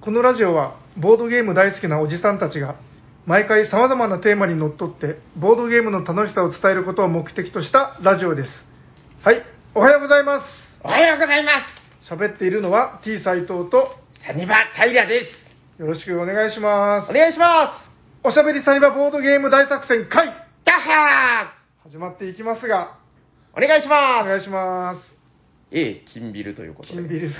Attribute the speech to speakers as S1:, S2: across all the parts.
S1: このラジオはボードゲーム大好きなおじさんたちが毎回様々なテーマにのっとってボードゲームの楽しさを伝えることを目的としたラジオですはいおはようございま
S2: おはようございます
S1: 喋っているのは T 斎藤と
S2: す。サニバタイラです。
S1: よろしくお願いしま
S2: お
S1: す
S2: 願いします。
S1: おしゃべりサニバボードゲーム大作戦会
S2: ダッハ
S1: 始まっていきますが
S2: ーお願いし
S1: お
S2: ま
S1: 願いします
S2: す。ええ、金ビルということで。
S1: 金ビル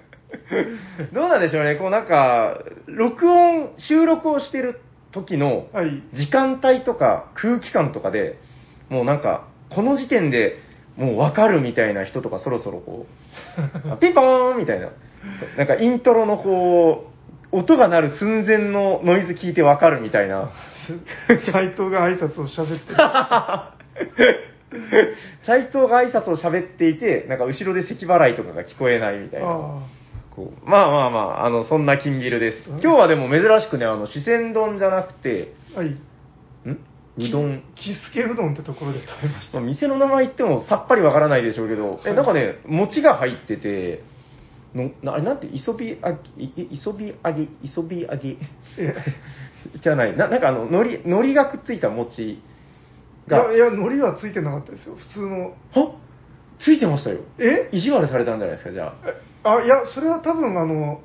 S2: どうなんでしょうね、こうなんか、録音、収録をしてる時の
S1: はい
S2: 時間帯とか空気感とかで、もうなんか、この時点でもうわかるみたいな人とかそろそろこ う、あピンポーンみたいな。なんかイントロのこう、音が鳴る寸前のノイズ聞いてわかるみたいな。
S1: 斎藤が挨拶をしゃべってる
S2: 斎藤が挨拶を喋っていて、なんか後ろで咳払いとかが聞こえないみたいな。
S1: あ
S2: こうまあまあまあ、あの、そんな金ビルです。今日はでも珍しくね、あの、四川丼じゃなくて、
S1: あはい
S2: んうどん。
S1: キスケうどんってところで食べまし
S2: まあ店の名前言ってもさっぱりわからないでしょうけど、え、なんかね、餅が入ってて、のなあれなんて、磯びあげ、いい磯び揚げ、磯び揚げ。
S1: たえ
S2: じゃない、ななんかあの、海苔、海苔がくっついた餅
S1: い
S2: が
S1: や、いや海苔はついてなかったですよ普通の
S2: はついてましたよ。
S1: え
S2: 意地悪されたんじゃないですか、じゃあ。
S1: えあいやそれは多分あのん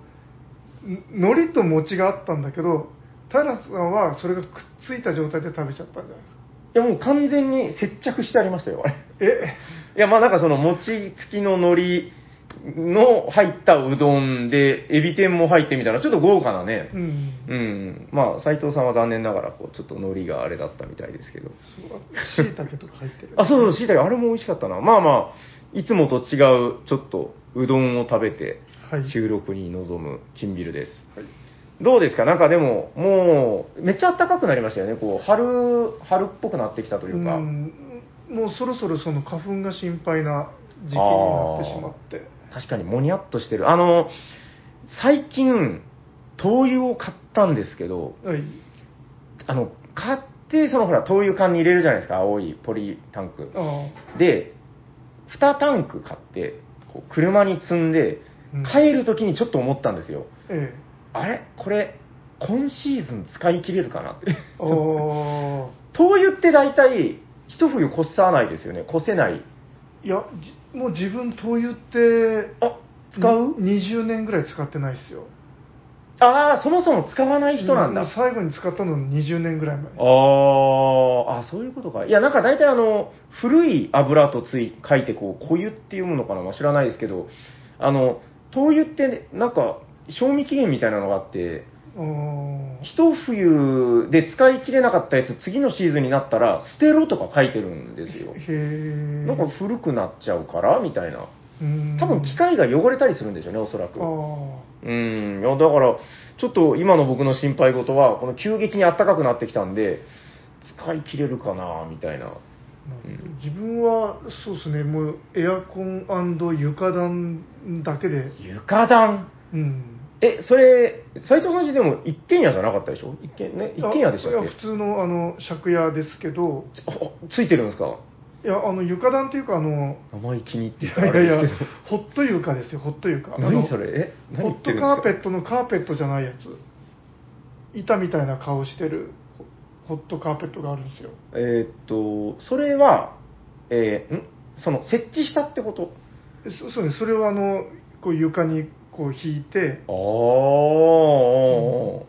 S1: 海苔と餅があったんだけど平さんはそれがくっついた状態で食べちゃったんじゃないですか
S2: いや、もう完全に接着してありましたよ、あれ。
S1: え
S2: いや、まあなんかその餅付きの海苔の入ったうどんで、エビ天も入ってみたいな、ちょっと豪華なね。
S1: うん
S2: うん。まあ、斎藤さんは残念ながら、こう、ちょっと海苔があれだったみたいですけど。
S1: しいたけとか入ってる
S2: あ、そうそう、椎茸、あれも美味しかったな。まあまあ、いつもと違う、ちょっと、うどんを食べて
S1: はい、
S2: 収録に臨む金ビルです。
S1: はい
S2: どうですかなんかでも、もう、めっちゃ暖かくなりましたよね。こう、春、春っぽくなってきたというか。
S1: んもうそろそろその花粉が心配な時期になってしまって
S2: 確かにもにゃっとしてる。あの、最近、灯油を買ったんですけど、
S1: はい
S2: あの、買って、そのほら、灯油缶に入れるじゃないですか、青いポリタンク。
S1: あ
S2: で、2タンク買って、こう車に積んで
S1: うん、
S2: 帰るときにちょっと思ったんですよ。
S1: あえ
S2: あれこれ、今シーズン使い切れるかなって。
S1: えああ
S2: 灯油って大体、一冬越さないですよね。越せない。
S1: いやじもう自分灯油って
S2: あ、使う
S1: に20年ぐらい使ってないですよ
S2: ああ、そもそも使わない人なんだ。
S1: う最後に使ったの20年ぐらい前
S2: あーあ、そういうことか。いや、なんか大体あの、古い油とつい、書いてこう、固湯っていうものかな、まあ、知らないですけど、あの、灯油ってね、なんか、賞味期限みたいなのがあって、
S1: あー
S2: 一冬で使い切れなかったやつ、次のシーズンになったら、捨てろとか書いてるんですよ。
S1: へえ
S2: なんか古くなっちゃうから、みたいな。多
S1: 多
S2: 分機械が汚れたりするんでしょうね、おそらく。
S1: あ
S2: うん、いや、だから、ちょっと今の僕の心配事は、この急激に暖かくなってきたんで、使い切れるかな、みたいな。
S1: あ、自分はそうですねもうエアコン床暖だけで
S2: 床暖
S1: うん
S2: え、それ、斎藤さんちでも一軒家じゃなかったでしょ一軒、ね、一軒家でした
S1: あ
S2: っ
S1: い
S2: け
S1: や普通のあの借家ですけど
S2: つあついてるんですか
S1: いやあの床暖っていうかあの
S2: 名前気に入って
S1: い
S2: る
S1: やいやいや
S2: あれですけ
S1: ホット床ですよホット床
S2: ど
S1: あの
S2: 何それえ何
S1: ホッ
S2: 言っ
S1: ト
S2: てるんです
S1: カー
S2: か
S1: ペットのカーペットじゃないやつ板みたいな顔してるホホットカーペットがあるんですよ
S2: えーっと、それは、えーんその、設置したってこと
S1: そそうねそれをあのこう床にこう引いて
S2: ああ、
S1: も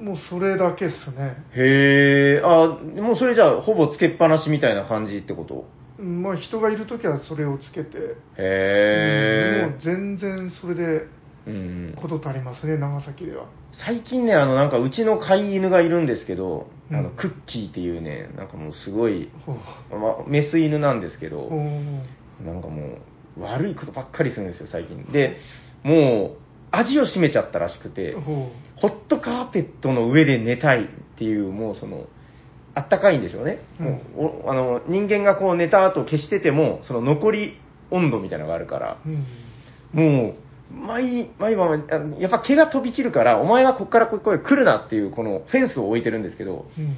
S1: うそれだけっすね
S2: へえ、あ、もうそれじゃあ、ほぼつけっぱなしみたいな感じってこと
S1: うんまあ人がいるときはそれをつけて
S2: へ
S1: もう全然それで
S2: え。うん。
S1: こと足りますね長崎では
S2: 最近ね、あの、なんか、うちの飼い犬がいるんですけど、あの、
S1: うん
S2: クッキーっていうね、なんかもうすごい、
S1: ほう
S2: まあ、メス犬なんですけど
S1: ほ、う
S2: なんかもう、悪いことばっかりするんですよ、最近。で、もう、味を占めちゃったらしくて、
S1: ほ
S2: ホットカーペットの上で寝たいっていう、もうその、あったかいんでしょうね。もうおあの人間がこう寝た後消してても、その残り温度みたいなのがあるから、
S1: ううん
S2: もう、毎、毎晩、あのやっぱ毛が飛び散るから、お前はこっからここへ来るなっていう、このフェンスを置いてるんですけど、
S1: うん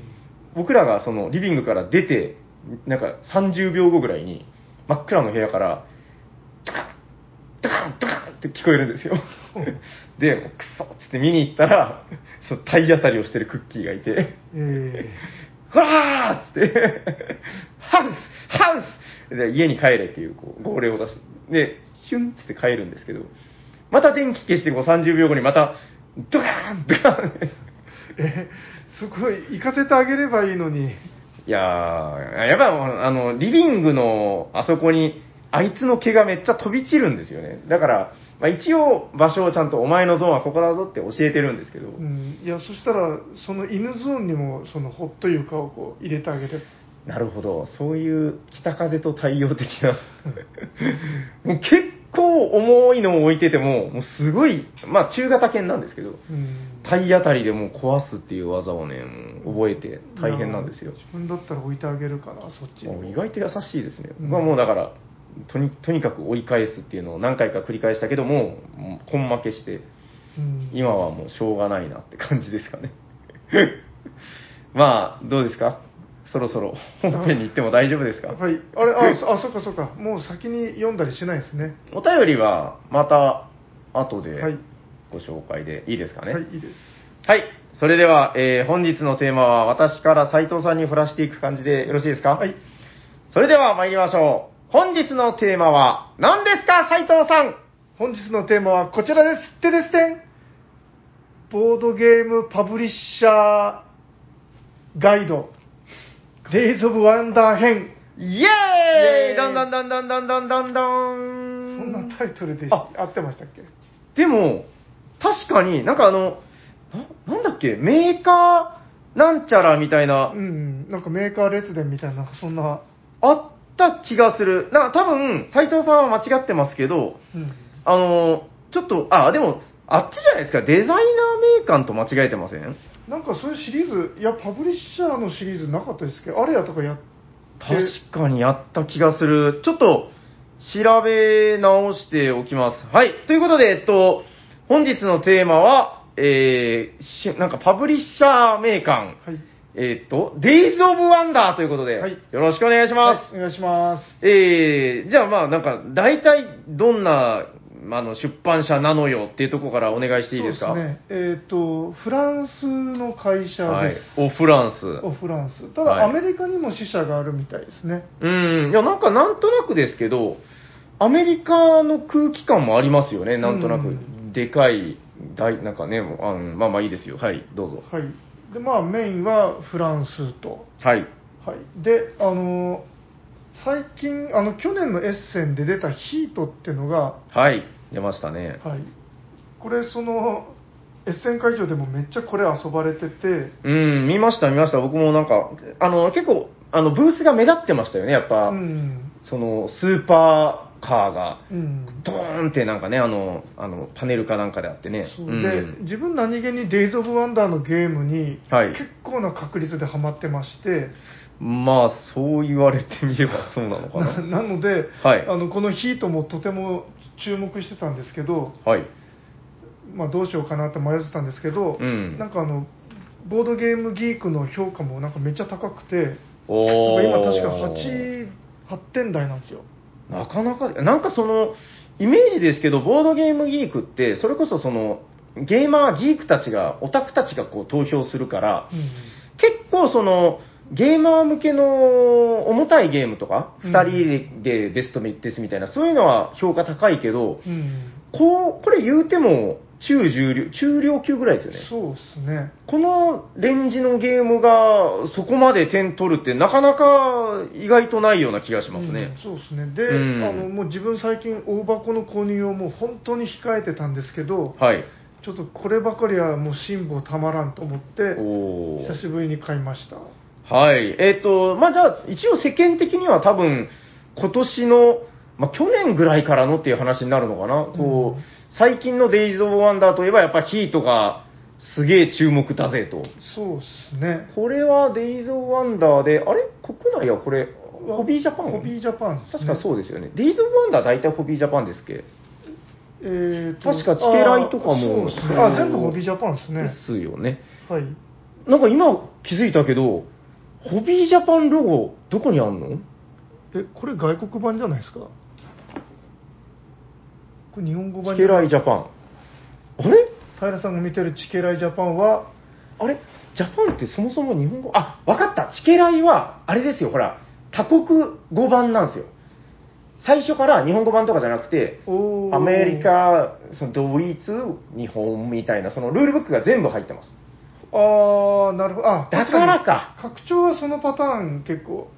S2: 僕らがそのリビングから出て、なんか30秒後ぐらいに、真っ暗の部屋から、ドカン、ドカン、ドカンって聞こえるんですよ。で、もうクソっつって見に行ったら、その体当たりをしてるクッキーがいて、
S1: え
S2: ほらーっつって、ハウスハウスで家に帰れっていうこう号令を出して、で、ヒュンっつって帰るんですけど、また電気消してこう30秒後にまた、ドカーンドカーン
S1: ー、えー、そこ行かせてあげればいいのに。
S2: いやー、やっぱ、あの、リビングのあそこに、あいつの毛がめっちゃ飛び散るんですよね。だから、まあ、一応場所をちゃんとお前のゾーンはここだぞって教えてるんですけど、
S1: うん、いや、そしたら、その犬ゾーンにも、そのホット床をこう入れてあげれば。
S2: なるほど、そういう北風と太陽的な、 もう結構重いのを置いてても、もうすごい、まあ中型犬なんですけど、
S1: うん
S2: 体当たりでもう壊すっていう技をね、もう覚えて大変なんですよ
S1: いや。自分だったら置いてあげるから、そっち
S2: もう
S1: に。
S2: 意外と優しいですね、
S1: うん
S2: まあもうだからとにとにかく追い返すっていうのを何回か繰り返したけどももう根負けして
S1: うん
S2: 今はもうしょうがないなって感じですかね まあどうですかそろそろ本編に行っても大丈夫ですか、
S1: はい。あれ、あ、そあそっかそっか。もう先に読んだりしないですね。
S2: お便りはまた後で
S1: はい
S2: ご紹介でいいですかね
S1: はい、いいです。
S2: はいそれでは、えー本日のテーマは私から斉藤さんに振らしていく感じでよろしいですか
S1: はい。
S2: それでは参りましょう。本日のテーマは何ですか、斉藤さん
S1: 本日のテーマはこちらです。てですてん。ボードゲームパブリッシャーガイド。デイズ・オブ・ワンダー編。
S2: イエ
S1: イエー
S2: ーイ
S1: イ
S2: どんどんどんどんどんどんどんど
S1: そ
S2: ん
S1: んなタイトルで
S2: あ
S1: 合ってましたっけ
S2: でも、確かになんかあの、ななんだっけ、メーカーなんちゃらみたいな
S1: う、ん、なんかメーカー列伝みたいな、なんかそんな。
S2: あった気がする。なんか多分、斉藤さんは間違ってますけど、
S1: うん。
S2: あの、ちょっと、あ、でも、あっちじゃないですか、デザイナーメーカーと間違えてません
S1: なんかそういうシリーズ、いや、パブリッシャーのシリーズなかったですけど、あれやとかやって、
S2: 確かにあった気がする。ちょっと、調べ直しておきます。はい。ということで、えっと、本日のテーマは、えー、しなんかパブリッシャー名鑑、
S1: はい。
S2: えーっと、デイズ・オブ・ワンダーということで、
S1: はい
S2: よろしくお願いします。
S1: はいお願いします。
S2: えー、じゃあまあなんか、大体どんな、あの、出版社なのよっていうところからお願いしていいですか
S1: そうですね。えっ、と、フランスの会社
S2: はい
S1: です。。
S2: オ・フランス。
S1: オフランス。ただ、
S2: はい
S1: アメリカにも支社があるみたいですね。
S2: うん、いや、なんかなんとなくですけど、アメリカの空気感もありますよね、なんとな
S1: う
S2: く。
S1: ん
S2: でかい、大、なんかね、もうあのまあまあいいですよ。はい、どうぞ。
S1: はい。で、まあ、メインはフランスと。
S2: はい。
S1: はい。で、あの、最近、あの、去年のエッセンで出たヒートっていうのが、
S2: はい、出ましたね。
S1: はい。これ、その、エッセン会場でもめっちゃこれ遊ばれてて、
S2: うん、見ました、見ました。僕もなんか、あの、結構、あの、ブースが目立ってましたよね、やっ
S1: う
S2: ぱ。
S1: ん。
S2: その、スーパーカーが、
S1: うん。
S2: ドーンってなんかね、あの、あの、パネルかなんかであってね。
S1: そう
S2: うん
S1: で、自分何気にデイズ・オブ・ワンダーのゲームに、
S2: はい
S1: 結構な確率でハマってまして、
S2: まあ、そう言われてみればそうなのか
S1: な な
S2: な。
S1: ので、
S2: はい
S1: あのこのヒートもとても注目してたんですけど、
S2: はい。
S1: まあ、どうしようかなって迷ってたんですけど、
S2: うん
S1: なんかあのボードゲームギークの評価もなんかめっちゃ高くて、
S2: おー
S1: なんか今、確か8 8点台なんですよ。
S2: なかなか、なんかその、イメージですけど、ボードゲームギークって、それこそその、ゲーマーギークたちが、オタクたちがこう投票するから、
S1: うん
S2: 結構その、ゲーマー向けの重たいゲームとか、
S1: うん
S2: 2人でベストですみたいな、そういうのは評価高いけど、
S1: うん
S2: こう、これ言うても、中重量、中量級ぐらいですよね。
S1: そうですね、
S2: このレンジのゲームが、そこまで点取るって、なかなか意外とないような気がしますね。
S1: うんそうですね、で、
S2: うん
S1: あのもう自分、最近、大箱の購入をもう本当に控えてたんですけど、
S2: はい。
S1: ちょっとこればかりはもう辛抱たまらんと思って、
S2: おー
S1: 久しぶりに買いました。
S2: はい。えっ、と、まあ、じゃあ、一応世間的には多分、今年の、まあ、去年ぐらいからのっていう話になるのかな。こ
S1: うん
S2: う、最近のデイズ・オブ・ワンダーといえば、やっぱヒートがすげえ注目だぜと。
S1: そうですね。
S2: これはデイズ・オブ・ワンダーで、あれ国内はこれ、ホビージャパン
S1: ホビージャパンですね、
S2: 確かそうですよね。デイズ・オブ・ワンダー大体ホビージャパンですっけ
S1: えーと
S2: 確かチケライとかも
S1: あそうですね。あ、全部ホビージャパンです
S2: で
S1: ね。
S2: すよね。
S1: はい。
S2: なんか今気づいたけど、ホビージャパンロゴ、どこにあんの
S1: え、これ外国版じゃないですかこれ日本語版
S2: チケライジャパン。あれ
S1: 平さんが見てるチケライジャパンは、
S2: あれジャパンってそもそも日本語あ、わかった。チケライは、あれですよ、ほら、他国語版なんですよ。最初から日本語版とかじゃなくて、
S1: おー
S2: アメリカ、そのドイツ、日本みたいな、そのルールブックが全部入ってます。
S1: ああ、なるほど。あ、
S2: だからか
S1: 確に拡張はそのパターン結構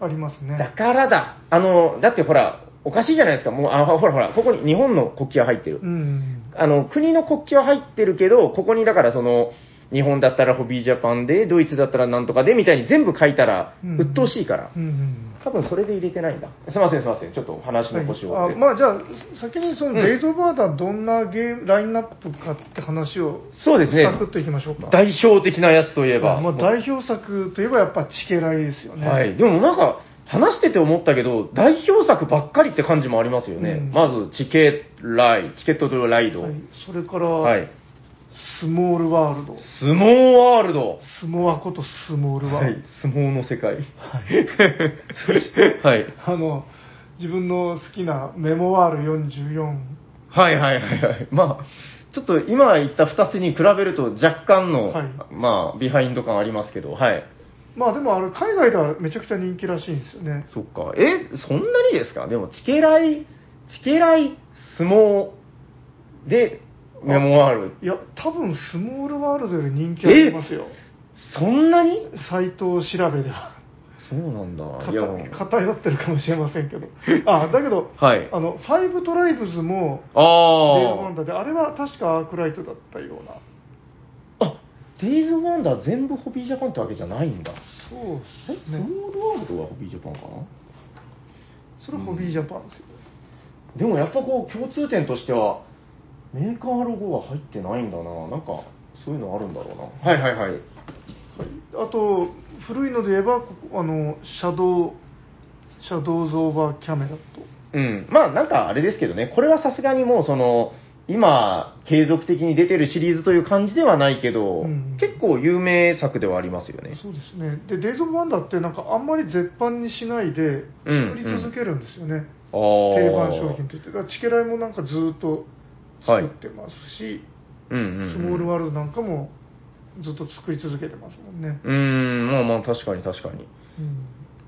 S1: ありますね。
S2: だからだ。あの、だってほら、おかしいじゃないですか。もう、あ、ほらほら、ここに日本の国旗が入ってる
S1: う。ん。
S2: あの、国の国旗は入ってるけど、ここにだからその、日本だったらホビージャパンで、ドイツだったらなんとかで、みたいに全部書いたら、
S1: うん
S2: 鬱陶しいから
S1: う。ん。
S2: 多分それで入れてないんだ。すいません、すいません。ちょっと話の腰を
S1: は
S2: 折
S1: い
S2: っ
S1: あ
S2: て。
S1: まあじゃあ、先にその
S2: うん
S1: デイズ・オブ・アーダーどんなゲーラインナップかって話を
S2: そうですね。
S1: サクッといきましょうか。
S2: 代表的なやつといえば。
S1: まあ、代表作といえばやっぱチケライですよね。
S2: はい。でもなんか、話してて思ったけど、代表作ばっかりって感じもありますよね。
S1: うん
S2: まず、チケライ、チケットとライド。
S1: はいそれから、
S2: はい。
S1: スモールワールド。
S2: 相撲ワールド。
S1: スモアことスモールワールド。、
S2: 相撲の世界。 そして、はい。
S1: あの、自分の好きなメモワール44。
S2: はいはいはいはい。まあ、ちょっと今言った2つに比べると若干の、
S1: はい
S2: まあ、ビハインド感ありますけど、はい。
S1: まあでもあれ、海外ではめちゃくちゃ人気らしいんですよね。
S2: そっか。え、そんなにですかでも、チケライ、チケライ、相撲で、メモワール。
S1: いや、多分スモールワールドより人気ありますよ。
S2: そんなに
S1: サイトを調べでは。
S2: そうなんだ。
S1: か
S2: いや、
S1: た偏ってるかもしれませんけど。あ、だけど、
S2: はい
S1: あの、ファイブトライブズも、デイズ・ワ
S2: あ
S1: ン
S2: ー
S1: ダーで、あれは確かアークライトだったような。
S2: あ、デイズ・ワンダー全部ホビージャパンってわけじゃないんだ。
S1: そう
S2: え、
S1: です
S2: ス
S1: ね。
S2: モールワールドはホビージャパンかな
S1: それホビージャパンですよ。
S2: でもやっぱこう共通点としてはメーカーロゴが入ってないんだななんかそういうのあるんだろうなはいはいはい
S1: はい、あと古いので言えばここあのシャドウシャドウズ・オーバー・キャメラと
S2: うんまあなんかあれですけどねこれはさすがにもうその今継続的に出てるシリーズという感じではないけど、
S1: うん
S2: 結構有名作ではありますよね
S1: そうですねでデイズ・オブ・ワンダーってなんかあんまり絶版にしないで
S2: うん
S1: 作り続けるんですよね、
S2: あー
S1: 定番商品といってだからチケライもなんかずっと作ってますし、
S2: うんうん、うん、
S1: スモールワールドなんかもずっと作り続けてますもんね、
S2: うーんまあまあ確かに確かに
S1: うん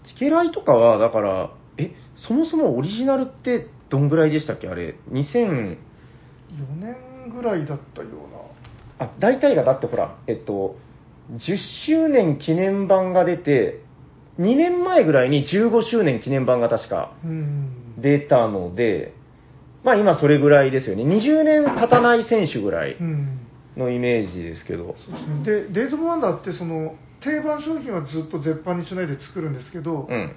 S2: チケライとかは、だから、え、そもそもオリジナルってどんぐらいでしたっけあれ、2000、
S1: 4年ぐらいだったよう
S2: あ、大体がだってほら、えっと、10周年記念版が出て、2年前ぐらいに15周年記念版が確か
S1: な、うん
S2: 出たので、まあ今それぐらいですよね。20年経たない選手ぐらい
S1: うん
S2: のイメージですけど。
S1: そうですねでデイズ・オブ・ワンダーってその定番商品はずっと絶版にしないで作るんですけど、
S2: うん。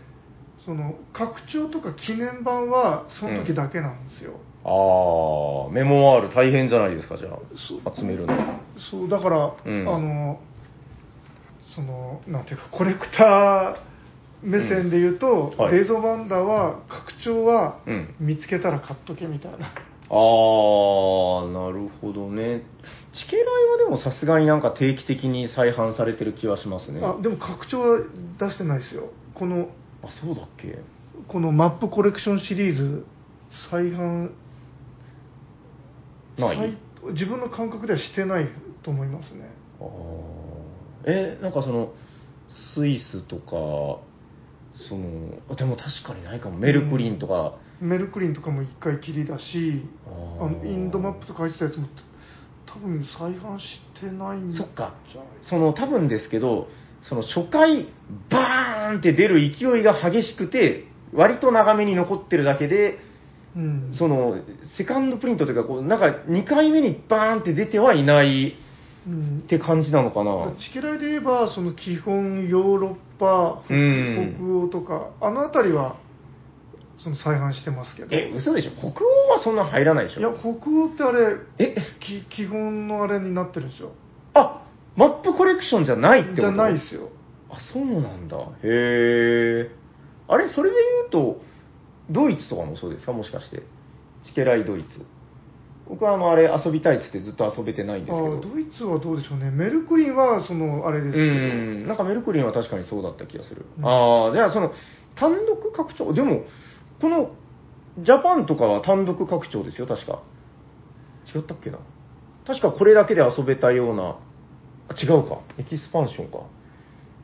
S1: その拡張とか記念版はその時だけなんですよ、
S2: あー、メモワール大変じゃないですか、じゃ
S1: そ
S2: あ。集めるの。
S1: そうだから、
S2: うん
S1: あのそのなんていうかコレクター目線で言うと、
S2: うんはい
S1: デイズ・オブ・ワンダーは拡張は
S2: うん
S1: 見つけたら買っとけみたいな、
S2: あー、なるほどね。チケライはでもさすがになんか定期的に再販されてる気はしますね。あ
S1: あ、でも拡張は出してないですよこの
S2: そうだっけ
S1: このマップコレクションシリーズ再販
S2: ない
S1: 再自分の感覚ではしてないと思いますね
S2: あーえ、なんかその、スイスとか、その、あでも確かにないかも。メルクリンとか。
S1: メルクリンとかも一回きりだし
S2: あ
S1: あ
S2: ー
S1: のインドマップとか入ってたやつも多分再販してないんじゃ
S2: そ
S1: ない
S2: っか。その、多分ですけど、その初回、バーンって出る勢いが激しくて、割と長めに残ってるだけで、
S1: うん
S2: そのセカンドプリントというかこうなんか2回目にバーンって出てはいない
S1: うん
S2: って感じなのか
S1: だから
S2: な
S1: チケラで言えばその基本ヨーロッパ北
S2: うん
S1: 北欧とかあの辺りはその再販してますけど
S2: え
S1: い
S2: 嘘でしょ北欧はそんな入らないでし
S1: や
S2: ょ
S1: 北欧ってあれ
S2: え
S1: き基本のあれになってるんですよ
S2: あマップコレクションじゃないってこと
S1: じゃないですよ
S2: あそうなんだへえあれそれで言うとドイツとかもそうですかもしかしてチケライドイツ僕はあのあれ遊びたいっつってずっと遊べてないんですけ
S1: あ
S2: ど
S1: ドイツはどうでしょうね、メルクリンはそのあれですけ
S2: う
S1: ど、
S2: ん、なんかメルクリンは確かにそうだった気がする。
S1: うん
S2: ああ、じゃあその単独拡張、でも、このジャパンとかは単独拡張ですよ、確か。違ったっけな。確かこれだけで遊べたような、あ、違うか。エキスパンションか。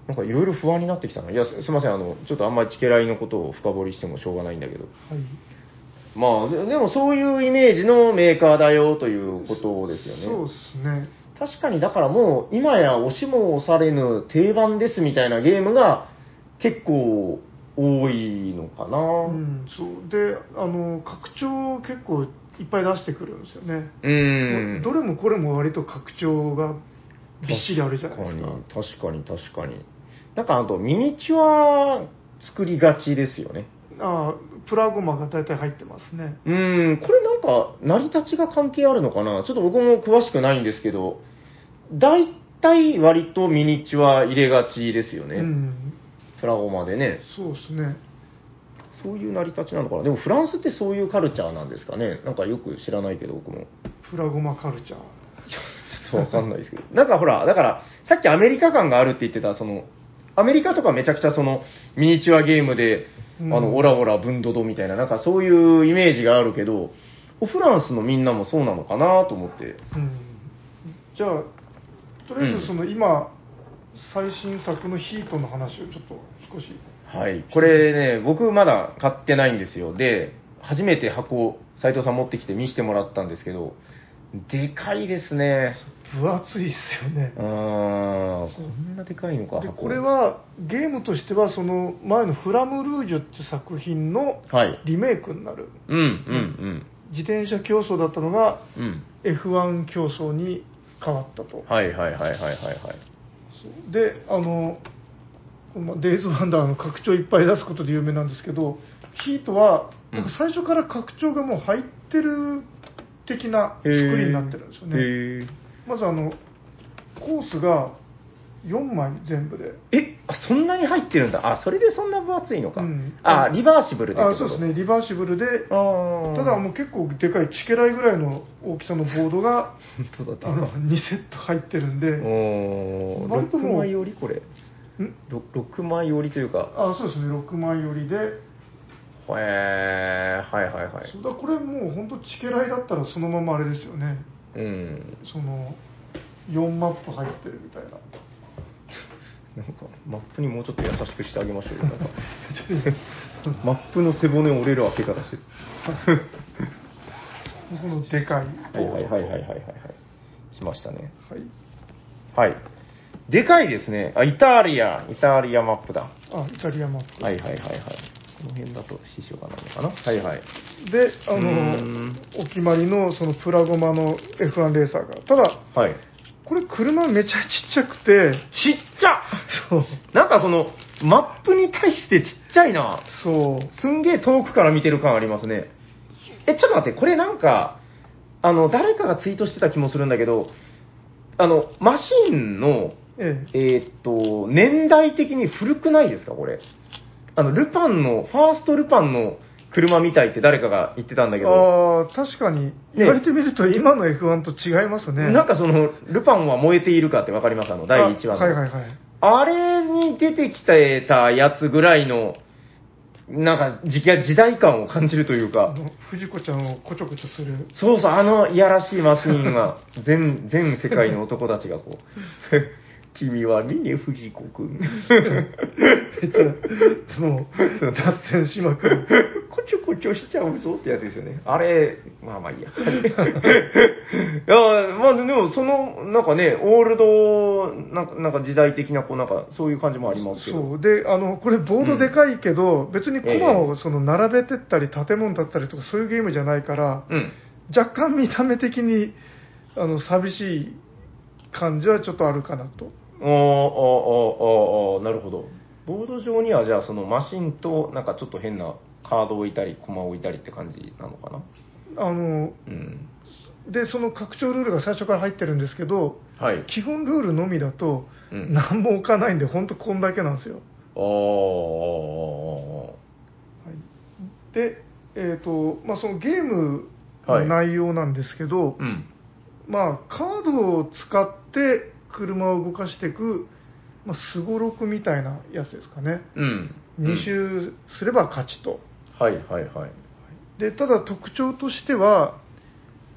S2: なんかいろいろ不安になってきたな。いや、すすいません、あの、ちょっとあんまりチケライのことを深掘りしてもしょうがないんだけど。
S1: はい。
S2: まあ、ででもそういうイメージのメーカーだよということですよね。
S1: そうですね。
S2: 確かにだからもう今や押しも押されぬ定番ですみたいなゲームが結構多いのかな。
S1: う。ん、そう。で、あの、拡張結構いっぱい出してくるんですよね。
S2: うん
S1: どれもこれも割と拡張がびっしりあるじゃないですか。
S2: 確かに確かに確かに。なんかあとミニチュア作りがちですよね。
S1: ああ、プラゴマが大体入ってますね。
S2: うん、これなんか成り立ちが関係あるのかなちょっと僕も詳しくないんですけど、大体割とミニチュア入れがちですよね。
S1: うん。
S2: プラゴマでね。
S1: そうですね。
S2: そういう成り立ちなのかな。でもフランスってそういうカルチャーなんですかね。なんかよく知らないけど、僕も。
S1: プラゴマカルチャー。
S2: ちょっとわかんないですけど。 なんかほら、だから、さっきアメリカ感があるって言ってた、その、アメリカとかめちゃくちゃその、ミニチュアゲームで、あ
S1: うん
S2: の、オラオラブンドドみたいな、なんかそういうイメージがあるけど、フランスのみんなもそうなのかなと思って。
S1: うん。じゃあ、とりあえずその今、最新作のヒートの話をちょっと少し。
S2: はい。これね、僕まだ買ってないんですよ。で、初めて箱を斉藤さん持ってきて見せてもらったんですけど、でかいですね。
S1: 分厚いっすよね
S2: う。ーん、こんなでかいのか、
S1: で
S2: 箱。
S1: これ、はゲームとしてはその前の「フラムルージュ」って作品の
S2: はい。
S1: リメイクになる
S2: うん、うん、
S1: 自転車競争だったのが
S2: うん。うん。
S1: F1 競争に変わったと、
S2: はいはいはいはいはいはい。
S1: そうであのまあデイズ・ワンダーの拡張いっぱい出すことで有名なんですけどヒートは
S2: うん
S1: なんか最初から拡張がもう入ってる的な作りになってるんですよ
S2: へ
S1: ね
S2: ー
S1: まずあのコースが4枚全部で
S2: え、あそんなに入ってるんだ。あ、それでそんな分厚いのか。
S1: うん
S2: あ、リバーシブルでって
S1: あ
S2: こと
S1: そうですね。リバーシブルで
S2: あー
S1: ただもう結構でかいチケライぐらいの大きさのボードが
S2: 本当だった
S1: あの2セット入ってるんで、ん
S2: おー、
S1: 割ともう
S2: 6枚折りこれ。ろ6枚折りというか。
S1: あそうですね6枚寄りで、
S2: へー、はいはいはい
S1: そう。だこれもう本当チケライだったらそのままあれですよね
S2: うん。
S1: その4マップ入ってるみ たいなちょ
S2: なんか、マップにもうちょっと優しくしてあげましょうよ。なんか
S1: っと
S2: マップの背骨折れる開け方してる。
S1: 今このでかいボ
S2: はい
S1: ード
S2: はいはいはいはいはいはい。しましたね。
S1: はい
S2: はい。でかいですね。あ、イタリア。イタリアマップだ。
S1: あイタリアマップ、
S2: はいはいはいはい。この辺だと師匠がなのかなはいはい。
S1: であ
S2: うー
S1: の
S2: ん
S1: お決まりのそのプラゴマの F1 レーサーがただ
S2: はい。
S1: これ車めちゃちっちゃくて
S2: ちっちゃ
S1: そう
S2: なんかその、マップに対してちっちゃいな。
S1: そう
S2: すんげえ遠くから見てる感ありますね。え、ちょっと待って、これなんか、あの、誰かがツイートしてた気もするんだけど、あの、マシンの、
S1: ええ
S2: えーっと、年代的に古くないですか、これ。あの、ルパンの、ファーストルパンの車みたいって誰かが言ってたんだけど、
S1: ああ、確かに。言われてみると、今の F1 と違いますね。
S2: なんかその、ルパンは燃えているかってわかりますあの、第1話の。
S1: あはいはいはい。
S2: あれに出てきてたやつぐらいの、なんか時期時代感を感じるという
S1: あ
S2: か、
S1: の、藤子ちゃんをこちょこちょする。
S2: そうそう、あのいやらしいマシーン が、全、全世界の男たちが こう、 君は峰藤子く
S1: め
S2: ん。
S1: っちゃ、その、脱線しま くる。
S2: こちょこちょしちゃうぞってやつですよね。あれ、まあまあ いいや。いや、まあでもその、なんかね、オールド、なんかなんか時代的な、こうなんかそういう感じもありますけど。
S1: そう。で、あの、これボードでかいけど、別にコマをその並べてったり、建物だったりとか、そういうゲームじゃないから、
S2: うん。
S1: 若干見た目的に、あの、寂しい感じはちょっとあるかなと。
S2: おーおーおーおーおーなるほど。ボード上にはじゃあそのマシンとなんかちょっと変なカードを置いたり、コマを置いたりって感じなのかな
S1: あの、
S2: うん。
S1: で、その拡張ルールが最初から入ってるんですけど、
S2: はい。
S1: 基本ルールのみだと、
S2: うん
S1: 何も置かないんで、本当こんだけなんですよ。
S2: おーおーおーお
S1: はい、で、えーとまあ、そのゲームの内容なんですけど、
S2: ーうん。
S1: まあ、カードを使って車を動かしていくまあすごろくみたいなやつですかね。
S2: うん。
S1: 2周すれば勝ちと。
S2: はいはいはい。
S1: でただ特徴としては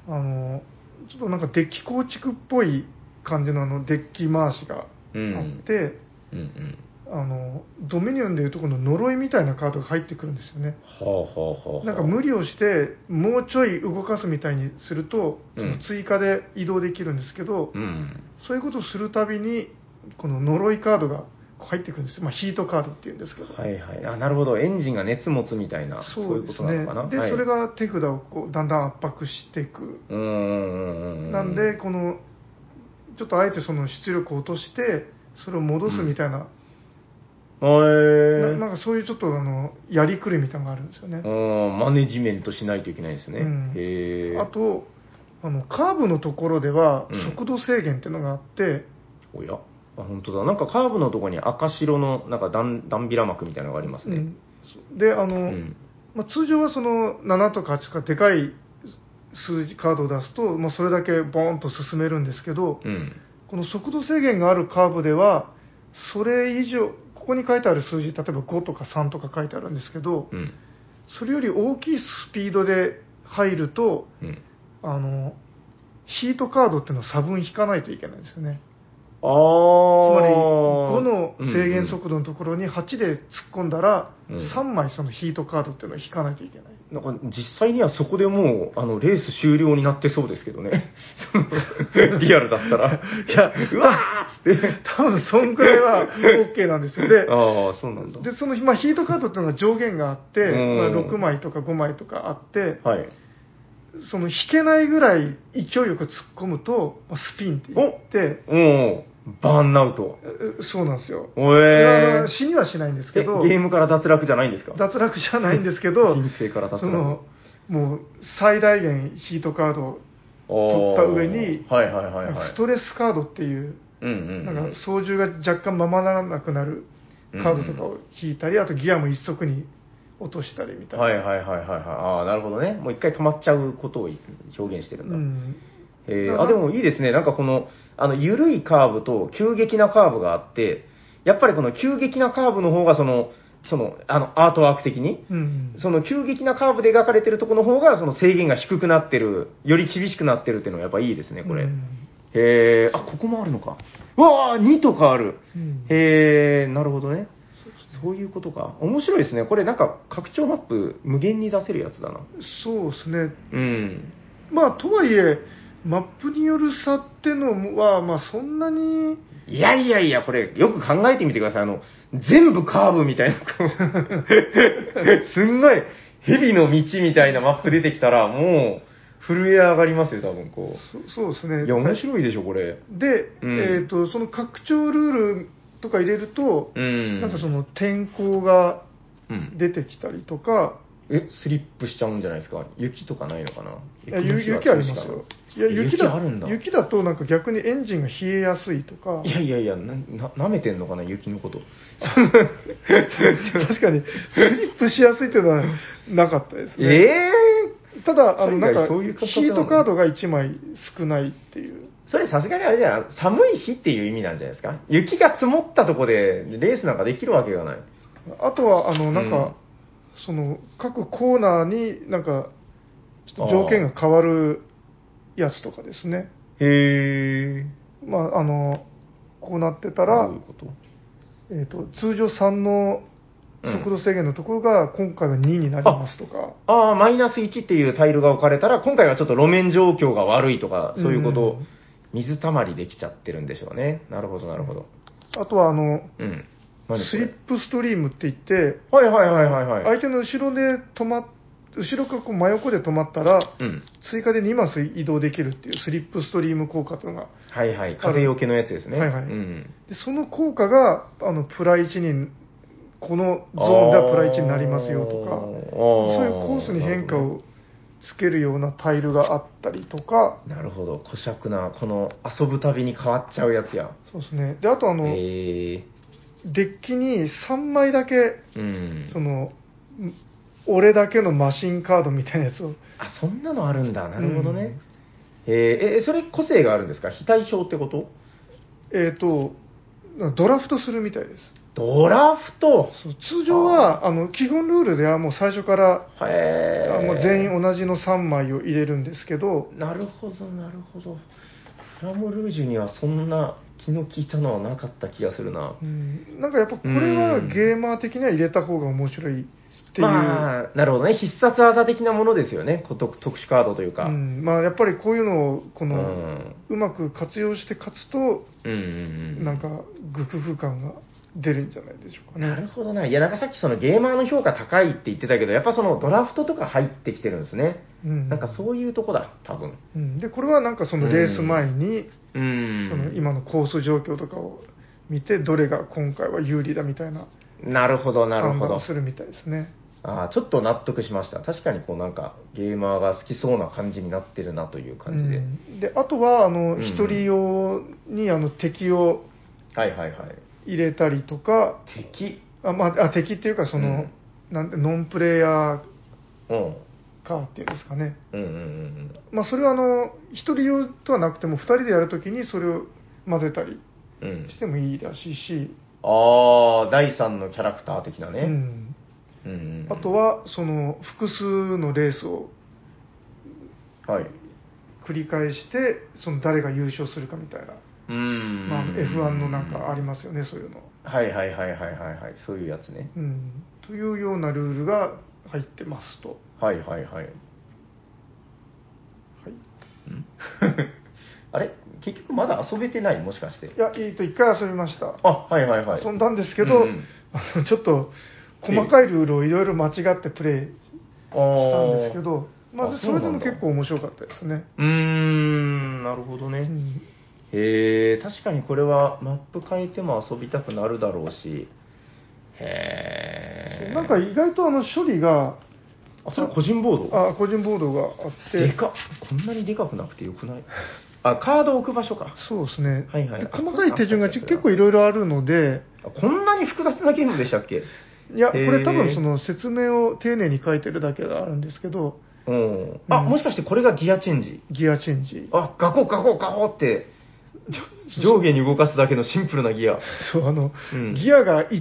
S1: あのちょっとなんかデッキ構築っぽい感じのあのデッキ回しがあ
S2: うん
S1: って、
S2: うんうん。
S1: あのドミニオンでいうとこの呪いみたいなカードが入ってくるんですよね
S2: はあはあはあはあ。
S1: なんか無理をしてもうちょい動かすみたいにするとそ
S2: うん
S1: の追加で移動できるんですけど、
S2: うん。
S1: そういうことをするたびにこの呪いカードが入ってくるんですよ、まあ、ヒートカードっていうんですけど、
S2: はいはい。あ、なるほど。エンジンが熱持つみたいな、そういうことなのかな。
S1: で、
S2: はい
S1: それ。が手札をこうだんだん圧迫していく、
S2: うんうんうんうん。
S1: なんで、このちょっとあえてその出力を落として、それを戻すみたいな、
S2: へ
S1: ななん
S2: え。
S1: かそういうちょっとあのやりくりみたいなのがあるんですよね。
S2: うん、マネジメントしないといけないですね。
S1: うん
S2: へえ。
S1: あ、とあのカーブのところでは
S2: うん
S1: 速度制限っていうのがあって、
S2: おや。あ、本当だ。なんかカーブのとこに赤白の、なんかダン、ダンビラ膜みたいなのがあります
S1: う
S2: ね
S1: ん。であの、
S2: うん。
S1: まあ、通常はその7とか8とかでかい数字カードを出すと、まあ、それだけボーンと進めるんですけど、
S2: うん。
S1: この速度制限があるカーブではそれ以上ここに書いてある数字例えば5とか3とか書いてあるんですけど
S2: うん。
S1: それより大きいスピードで入ると
S2: うん。
S1: あのヒートカードっていうのを差分引かないといけないんですよね
S2: ああ。
S1: つまり
S2: 5
S1: 5の制限速度のところに8で突っ込んだら
S2: うん
S1: 3枚そのヒートカードっていうのを引かないといけない
S2: なんか実際にはそこでもうあのレース終了になってそうですけど ね、そのリアルだったら、いや、うわーっつって、
S1: 多分そんくらい は OK なんですよ。で、
S2: ああ、そうなんだ。
S1: でその、まあ、ヒートカードっていうのが上限があって、
S2: うん
S1: まあ、6枚とか5枚とかあって、
S2: はい、
S1: その引けないぐらい勢いよく突っ込むと、まあスピンって言って、
S2: おお、バーンアウト、
S1: えそうなんですよ。
S2: お
S1: いやあ
S2: え
S1: の死にはしないんですけ
S2: え
S1: ど、
S2: ゲームから脱落じゃないんですか、
S1: 脱落じゃないんですけど、
S2: 人生から脱落
S1: そのもう最大限ヒートカード、
S2: おー
S1: 取った上に
S2: はいはいはいはい、
S1: ストレスカードっていう、
S2: うんうんう
S1: なん
S2: ん
S1: か操縦が若干ままならなくなるカードとかを引いたり、あとギアも一足に落としたりみたいな。
S2: はいはいはいはいはい、ああ、なるほどね、もう一回止まっちゃうことを表現してるん
S1: う
S2: だ。
S1: ん、
S2: え
S1: だ
S2: ー、
S1: から
S2: あでもいいですね、なんかこの、あの緩いカーブと急激なカーブがあって、やっぱりこの急激なカーブの方がその、そのあのアートワーク的に、
S1: うん、
S2: その急激なカーブで描かれてるところの方が、その制限が低くなってる、より厳しくなってるっていうのはやっぱいいですね、これ。
S1: うん
S2: へえ、あここもあるのか。うわあ、2とかある。
S1: うん
S2: へえ、なるほどね。そういうことか。面白いですね。これなんか拡張マップ無限に出せるやつだな。
S1: そうですね、
S2: うん。
S1: まあ、とはいえ、マップによる差ってのは、まあ、そんなに、
S2: いやいやいや、これ、よく考えてみてください。あの、全部カーブみたいな、 こうすんごい、蛇の道みたいなマップ出てきたら、もう、震え上がりますよ、多分、こ
S1: そそうですね、
S2: う。いや、面白いでしょ、これ。
S1: で、
S2: うん
S1: えーと、その拡張ルールとか入れると、
S2: うん。
S1: なんかその天候が
S2: うん、
S1: 出てきたりとか、
S2: え、スリップしちゃうんじゃないですか雪とかないのかない
S1: やゆ雪ありますよ。いや雪だ
S2: あるんだ。
S1: 雪だとなんか逆にエンジンが冷えやすいとか
S2: い、やいやいや、な、な、舐めてんのかな、雪のこと。
S1: 確かにスリップしやすいというのはなかったですね。
S2: ええ
S1: ただ、あのなん
S2: 海外
S1: か
S2: そういう感覚な
S1: ヒ
S2: の
S1: ートカードが1枚少ないっていう。
S2: それさすがにあれじゃない寒い日っていう意味なんじゃないですか雪が積もったとこでレースなんかできるわけがない。
S1: あとは、あの、なんか、
S2: うん
S1: その、各コーナーになんか、ちょっと条件が変わるやつとかですね。
S2: へえ。
S1: まあ、あの、こうなってた
S2: だ
S1: ら
S2: どういう、こと
S1: えっ、と、通常3の速度制限のところが、今回は2になりますとか、
S2: ああ、マイナス1っていうタイルが置かれたら、今回はちょっと路面状況が悪いとか、そういうこと、
S1: うん
S2: 水たまりできちゃってるんでしょうね。なるほど、なるほど。
S1: あとは、あの、
S2: うん。何こ
S1: ス
S2: れ
S1: リップストリームって言って、
S2: はいはいはいはいはい。
S1: 相手の後ろで止まっ、後ろからこう真横で止まったら、
S2: うん。
S1: 追加で2マス移動できるっていうスリップストリーム効果というのが
S2: はいはい。風よけのやつですね。
S1: はいはい
S2: うん。
S1: でその効果があのプラ1にこのゾーンではプラ1になりますよと
S2: あ
S1: か
S2: ー
S1: そういうコースに変化をつけるようなタイルがあったりとか
S2: なるほど。小尺な、この遊ぶたびに変わっちゃうやつや。
S1: そうですねであとあの、
S2: へえ。
S1: デッキに3枚だけ
S2: うん。
S1: そのん俺だけのマシンカードみたいなやつを
S2: あ、そんなのあるんだ。なるほどね。えーえ、それ個性があるんですか非対表ってこと
S1: えっ、とドラフトするみたいです
S2: ドラフト
S1: そう通常はあの基本ルールではもう最初から、
S2: へ
S1: あ
S2: え。
S1: もう全員同じの3枚を入れるんですけど
S2: なるほど、なるほど。フラムルージュにはそんな気の利いたのはなかった気がするな。
S1: うんなんかやっぱこれは
S3: うん
S1: ゲーマー的には入れた方が面白いっていう、
S2: まあ、なるほどね。必殺技的なものですよね。こ特特殊カードというか。
S1: うんまあ、やっぱりこういうのをこ
S2: う
S1: の、
S2: ん。
S1: うまく活用して勝つと、
S2: うんうんうん。
S1: なんか、グフフ感が出るんじゃないでしょうかね。
S2: なるほどな。いや、なんかさっきそのゲーマーの評価高いって言ってたけど、やっぱそのドラフトとか入ってきてるんですね。
S1: うん
S2: なんかそういうとこだ、多分。
S1: うんで、これはなんかそのレース前に、
S2: うん
S1: その今のコース状況とかを見て、どれが今回は有利だみたいな
S2: なるほど、なる
S1: 判
S2: ほ
S1: 断を
S2: ど。
S1: するみたいですね。
S2: ああ、ちょっと納得しました。確かにこうなんか、ゲーマーが好きそうな感じになってるなという感じで。
S1: うんであとは、あ
S2: う
S1: の、
S2: ん
S1: 一人用にあの敵を
S2: はいはいはい。
S1: 入れたりとか、
S2: 敵。
S1: あ、まあ、あ敵っていうか、その、なんて、ノンプレイヤー
S2: うん。
S1: カーっていうんですかね。
S2: うんうんうん
S1: まあ、それはあの1人用とはなくても2人でやるときにそれを混ぜたり
S2: うん。うん。
S1: してもいいらしいし、
S2: ああ、第三のキャラクター的な
S1: う
S2: ね。
S1: ん、
S2: うんうんうん
S1: あと、はその複数のレースを
S2: はい。
S1: 繰り返してその誰が優勝するかみたいな、
S2: うん。
S1: まあ、F1 のなんかありますよねそういうの、
S2: はいはいはいはいはいはい、そういうやつね。
S1: うん、というようなルールが入ってますと、
S2: はいはいはい。
S1: はい、
S2: ん あれ結局まだ遊べてないもしかして
S1: い。や、えー、と1回遊びました
S2: あ、はいはいはい。
S1: 遊んだんですけど、
S2: うんうん
S1: あのちょっと細かいルールをいろいろ間違ってプレイ
S2: あ
S1: した
S2: ー
S1: んですけど、まあ、
S2: あ
S1: それでも
S2: そうなんだ
S1: 結構面白かったですね。
S2: うーん、なるほど
S1: う
S2: ね。
S1: ん
S2: へえ、確かにこれはマップ変えても遊びたくなるだろうし。へえ。
S1: なんか意外とあの処理が、
S2: あ、それ個人ボード
S1: あ個人ボードがあって、
S2: でかっこんなにでかくなくてよくないあ、カード置く場所か。
S1: そうですね、
S2: はいはい
S1: で細かい手順が
S2: あ
S1: ち
S2: そうだ
S1: 結構いろいろあるので、
S2: あこんなに複雑なゲームでしたっけ
S1: いや、こ
S2: へー
S1: れ、多分その説明を丁寧に書いてるだけがあるんですけど、
S2: うん。あ、
S1: うん
S2: もしかしてこれがギアチェンジ
S1: ギアチェンジ、
S2: あ、ガコガコガコって、じょ上下に動かすだけのシンプルなギア。
S1: そうあの
S2: うん
S1: ギアが1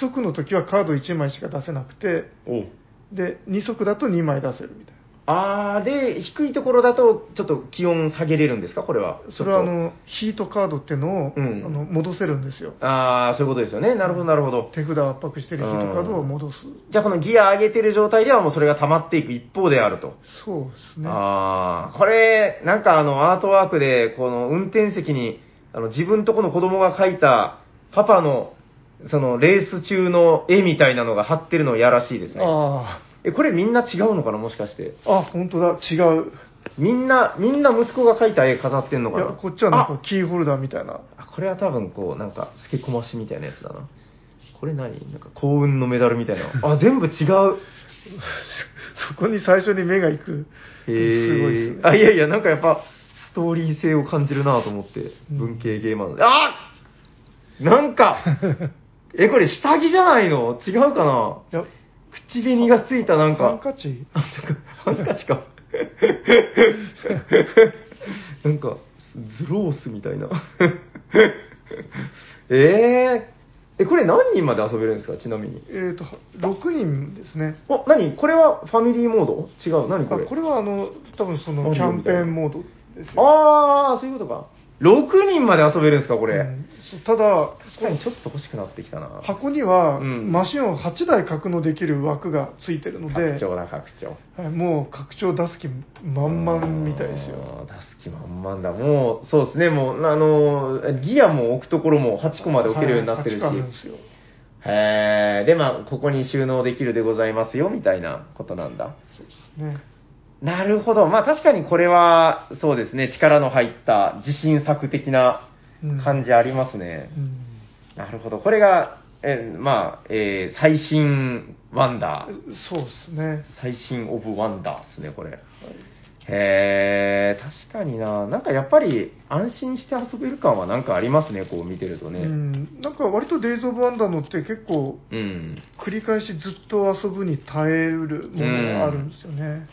S1: 足の時はカード1枚しか出せなくて、
S2: お
S1: で2足だと2枚出せるみたい
S2: あー、で、低いところだと、ちょっと気温下げれるんですか、これは。
S1: な、それはあ
S2: ちょっ
S1: のヒートカードっていうのを、
S2: うん
S1: あの戻せるんですよ、
S2: と、あー、そういうことですよね。なるほど、なるほど。
S1: 手札を圧迫してるヒートカードを戻す、
S2: じゃあ、このギア上げてる状態では、もうそれが溜まっていく一方であると。
S1: そうですね。
S2: ああ、これ、なんかあの、アートワークで、この運転席に、あの、自分とこの子供が描いた、パパの、その、レース中の絵みたいなのが貼ってるのをやらしいですね。
S1: あ
S2: え、これみんな違うのかなもしかして。
S1: ーあ、本当だ、違う。
S2: みんな、みんな息子が描いた絵飾ってんの
S1: い
S2: かな
S1: や、こっちはなんかキーホルダーみたいな。
S2: あ、これは多分こう、なんか、透け込ましみたいなやつだな。これ何なんか幸運のメダルみたいな。あ、全部違う。
S1: そこに最初に目が行く。
S2: へ
S1: すごいです
S2: え。
S1: ね。
S2: あ、いやいや、なんかやっぱ、ストーリー性を感じるなと思って、
S1: うん
S2: 文系ゲーマーなんで。あなんか、え、これ下着じゃないの違うかない
S1: や、
S2: 口紅がついたなん
S1: ハンカ
S2: か、
S1: チ
S2: あハンカチか。なんか、ズロースみたいな。えー、え、これ何人まで遊べるんですかちなみに。
S1: えっ、と、6人ですね。
S2: お、何これはファミリーモード違う。何
S1: あ
S2: これ
S1: これはあの、多分その
S2: マ
S1: キ
S2: リオ
S1: ャン
S2: み
S1: ペ
S2: たいな
S1: ーンモードですよ。
S2: あー、そういうことか。6人まで遊べるんですか、これ。
S1: うんそうただ、
S2: 確かにちょっと欲しくなってきたな。
S1: 箱には、
S2: うん
S1: マシンを8台格納できる枠がついてるので
S2: 拡、張だ、拡張。
S1: はいもう拡張出す気満々みたいですよ。
S2: あー。出す気満々だ。もう、そうですね、もう、あのー、ギアも置くところも8個まで置けるようになってるし。
S1: はい8個あんですよ
S2: へーで、まあ、ここに収納できるでございますよ、みたいなことなんだ。
S1: そうですね。
S2: なるほど。まあ、確かにこれは、そうですね、力の入った自信作的な
S1: うん
S2: 感じありますね。
S1: うん
S2: なるほど。これが、えーまあ、えー最新ワンダー。
S1: そうですね。
S2: 最新オブワンダーですね、これ。
S1: はい
S2: へえ、確かにな。なんかやっぱり安心して遊べる感はなんかありますね、こう見てると
S1: う
S2: ね。
S1: ん、なんか割とデイズ・オブ・ワンダーのって結構
S2: うん。
S1: 繰り返しずっと遊ぶに耐えうるものがあるんですよね、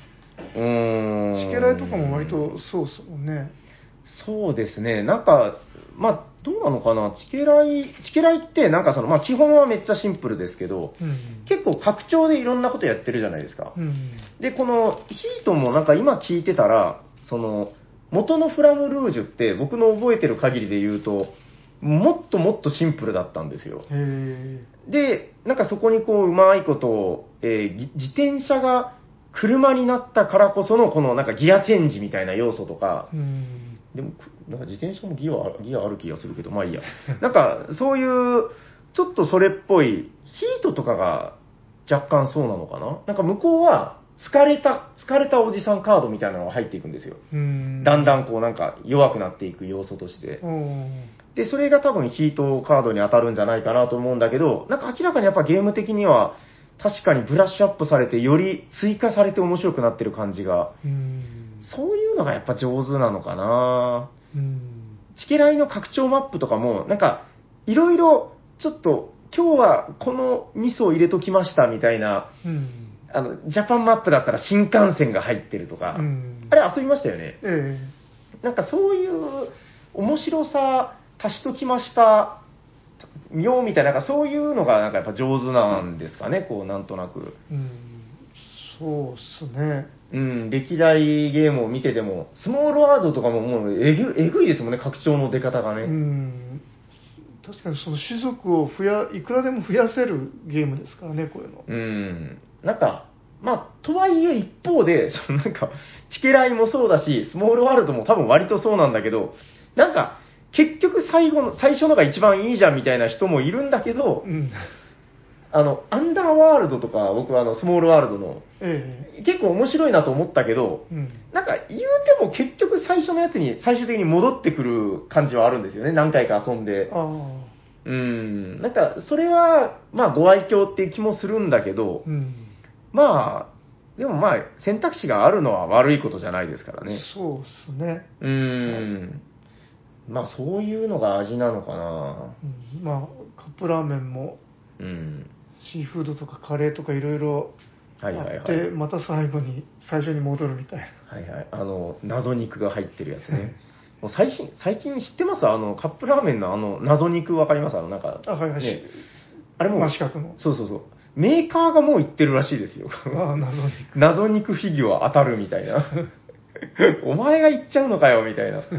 S2: うーん。
S1: チケライとかも割とそうですもんね
S2: そうですね、なんか、まあ、どうなのかな、チケライ、チケライって、なんかその、まあ、基本はめっちゃシンプルですけど、
S1: うん
S2: 結構拡張でいろんなことやってるじゃないですか。
S1: うん
S2: で、このヒートもなんか今聞いてたら、その、元のフラムルージュって僕の覚えてる限りで言うと、もっともっとシンプルだったんですよ。
S1: へえ
S2: で、なんかそこにこう、うまいことを、えーぎ自転車が車になったからこその、このなんかギアチェンジみたいな要素とか、
S1: うん
S2: でも、くなんか自転車もギア、ギアある気がするけど、まあいいや。なんか、そういう、ちょっとそれっぽい、ヒートとかが若干そうなのかななんか向こうは、疲れた、疲れたおじさんカードみたいなのが入っていくんですよ。
S1: うん
S2: だんだんこうなんか弱くなっていく要素として。
S1: おー
S2: で、それが多分ヒートカードに当たるんじゃないかなと思うんだけど、なんか明らかにやっぱゲーム的には、確かにブラッシュアップされて、より追加されて面白くなってる感じが、
S1: うん
S2: そういうのがやっぱ上手なのかな
S1: うん
S2: チケライの拡張マップとかも、なんか、いろいろ、ちょっと、今日はこのミスを入れときましたみたいな、
S1: うん
S2: あの、ジャパンマップだったら新幹線が入ってるとか、
S1: うん
S2: あれ遊びましたよね。
S1: え
S2: なんかそういう面白さ足しときました、ようみたいな、なんかそういうのがなんかやっぱ上手なんですかね、こうなんとなく。
S1: えうんそうっすね
S2: うん、歴代ゲームを見てても、スモールワールドとかももうえぐえぐいですもんね、拡張の出方がね。
S1: うん確かにその種族を増やいくらでも増やせるゲームですからねこういうの
S2: うん、なんか、まあ、とはいえ一方で、 そのなんか、チケライもそうだし、スモールワールドも多分割とそうなんだけど、なんか、結局最後の、最初のが一番いいじゃんみたいな人もいるんだけど
S1: う、ん
S2: あの、アンダーワールドとか、僕はあの、スモールワールドの、
S1: え
S2: 結構面白いなと思ったけど
S1: え、うん
S2: なんか言うても結局最初のやつに最終的に戻ってくる感じはあるんですよね、何回か遊んで。
S1: あ
S2: うん、なんかそれは、まあご愛嬌っていう気もするんだけど
S1: あ、うん
S2: まあ、でもまあ、選択肢があるのは悪いことじゃないですからね。
S1: そうっすね、
S2: うーん。まあ、そういうのが味なのかな。
S1: うん、まあカップラーメンも
S2: うん。
S1: シーフードとかカレーとかいろいろあ
S2: は
S1: っ
S2: い
S1: て、
S2: はいはい。
S1: また最後に最初に戻るみたいな
S2: はいはい。あの、謎肉が入ってるやつ ね。もう最新、最近知ってますあの、カップラーメンのあの、謎肉わかりますあの、なんか。
S1: あはいはい
S2: ねあれも
S1: 真
S2: う、
S1: 四角の
S2: そうそうそう。メーカーがもう言ってるらしいですよ。
S1: ああ謎に
S2: 謎肉フィギュア当たるみたいな。 お前が言っちゃうのかよ、みたいな。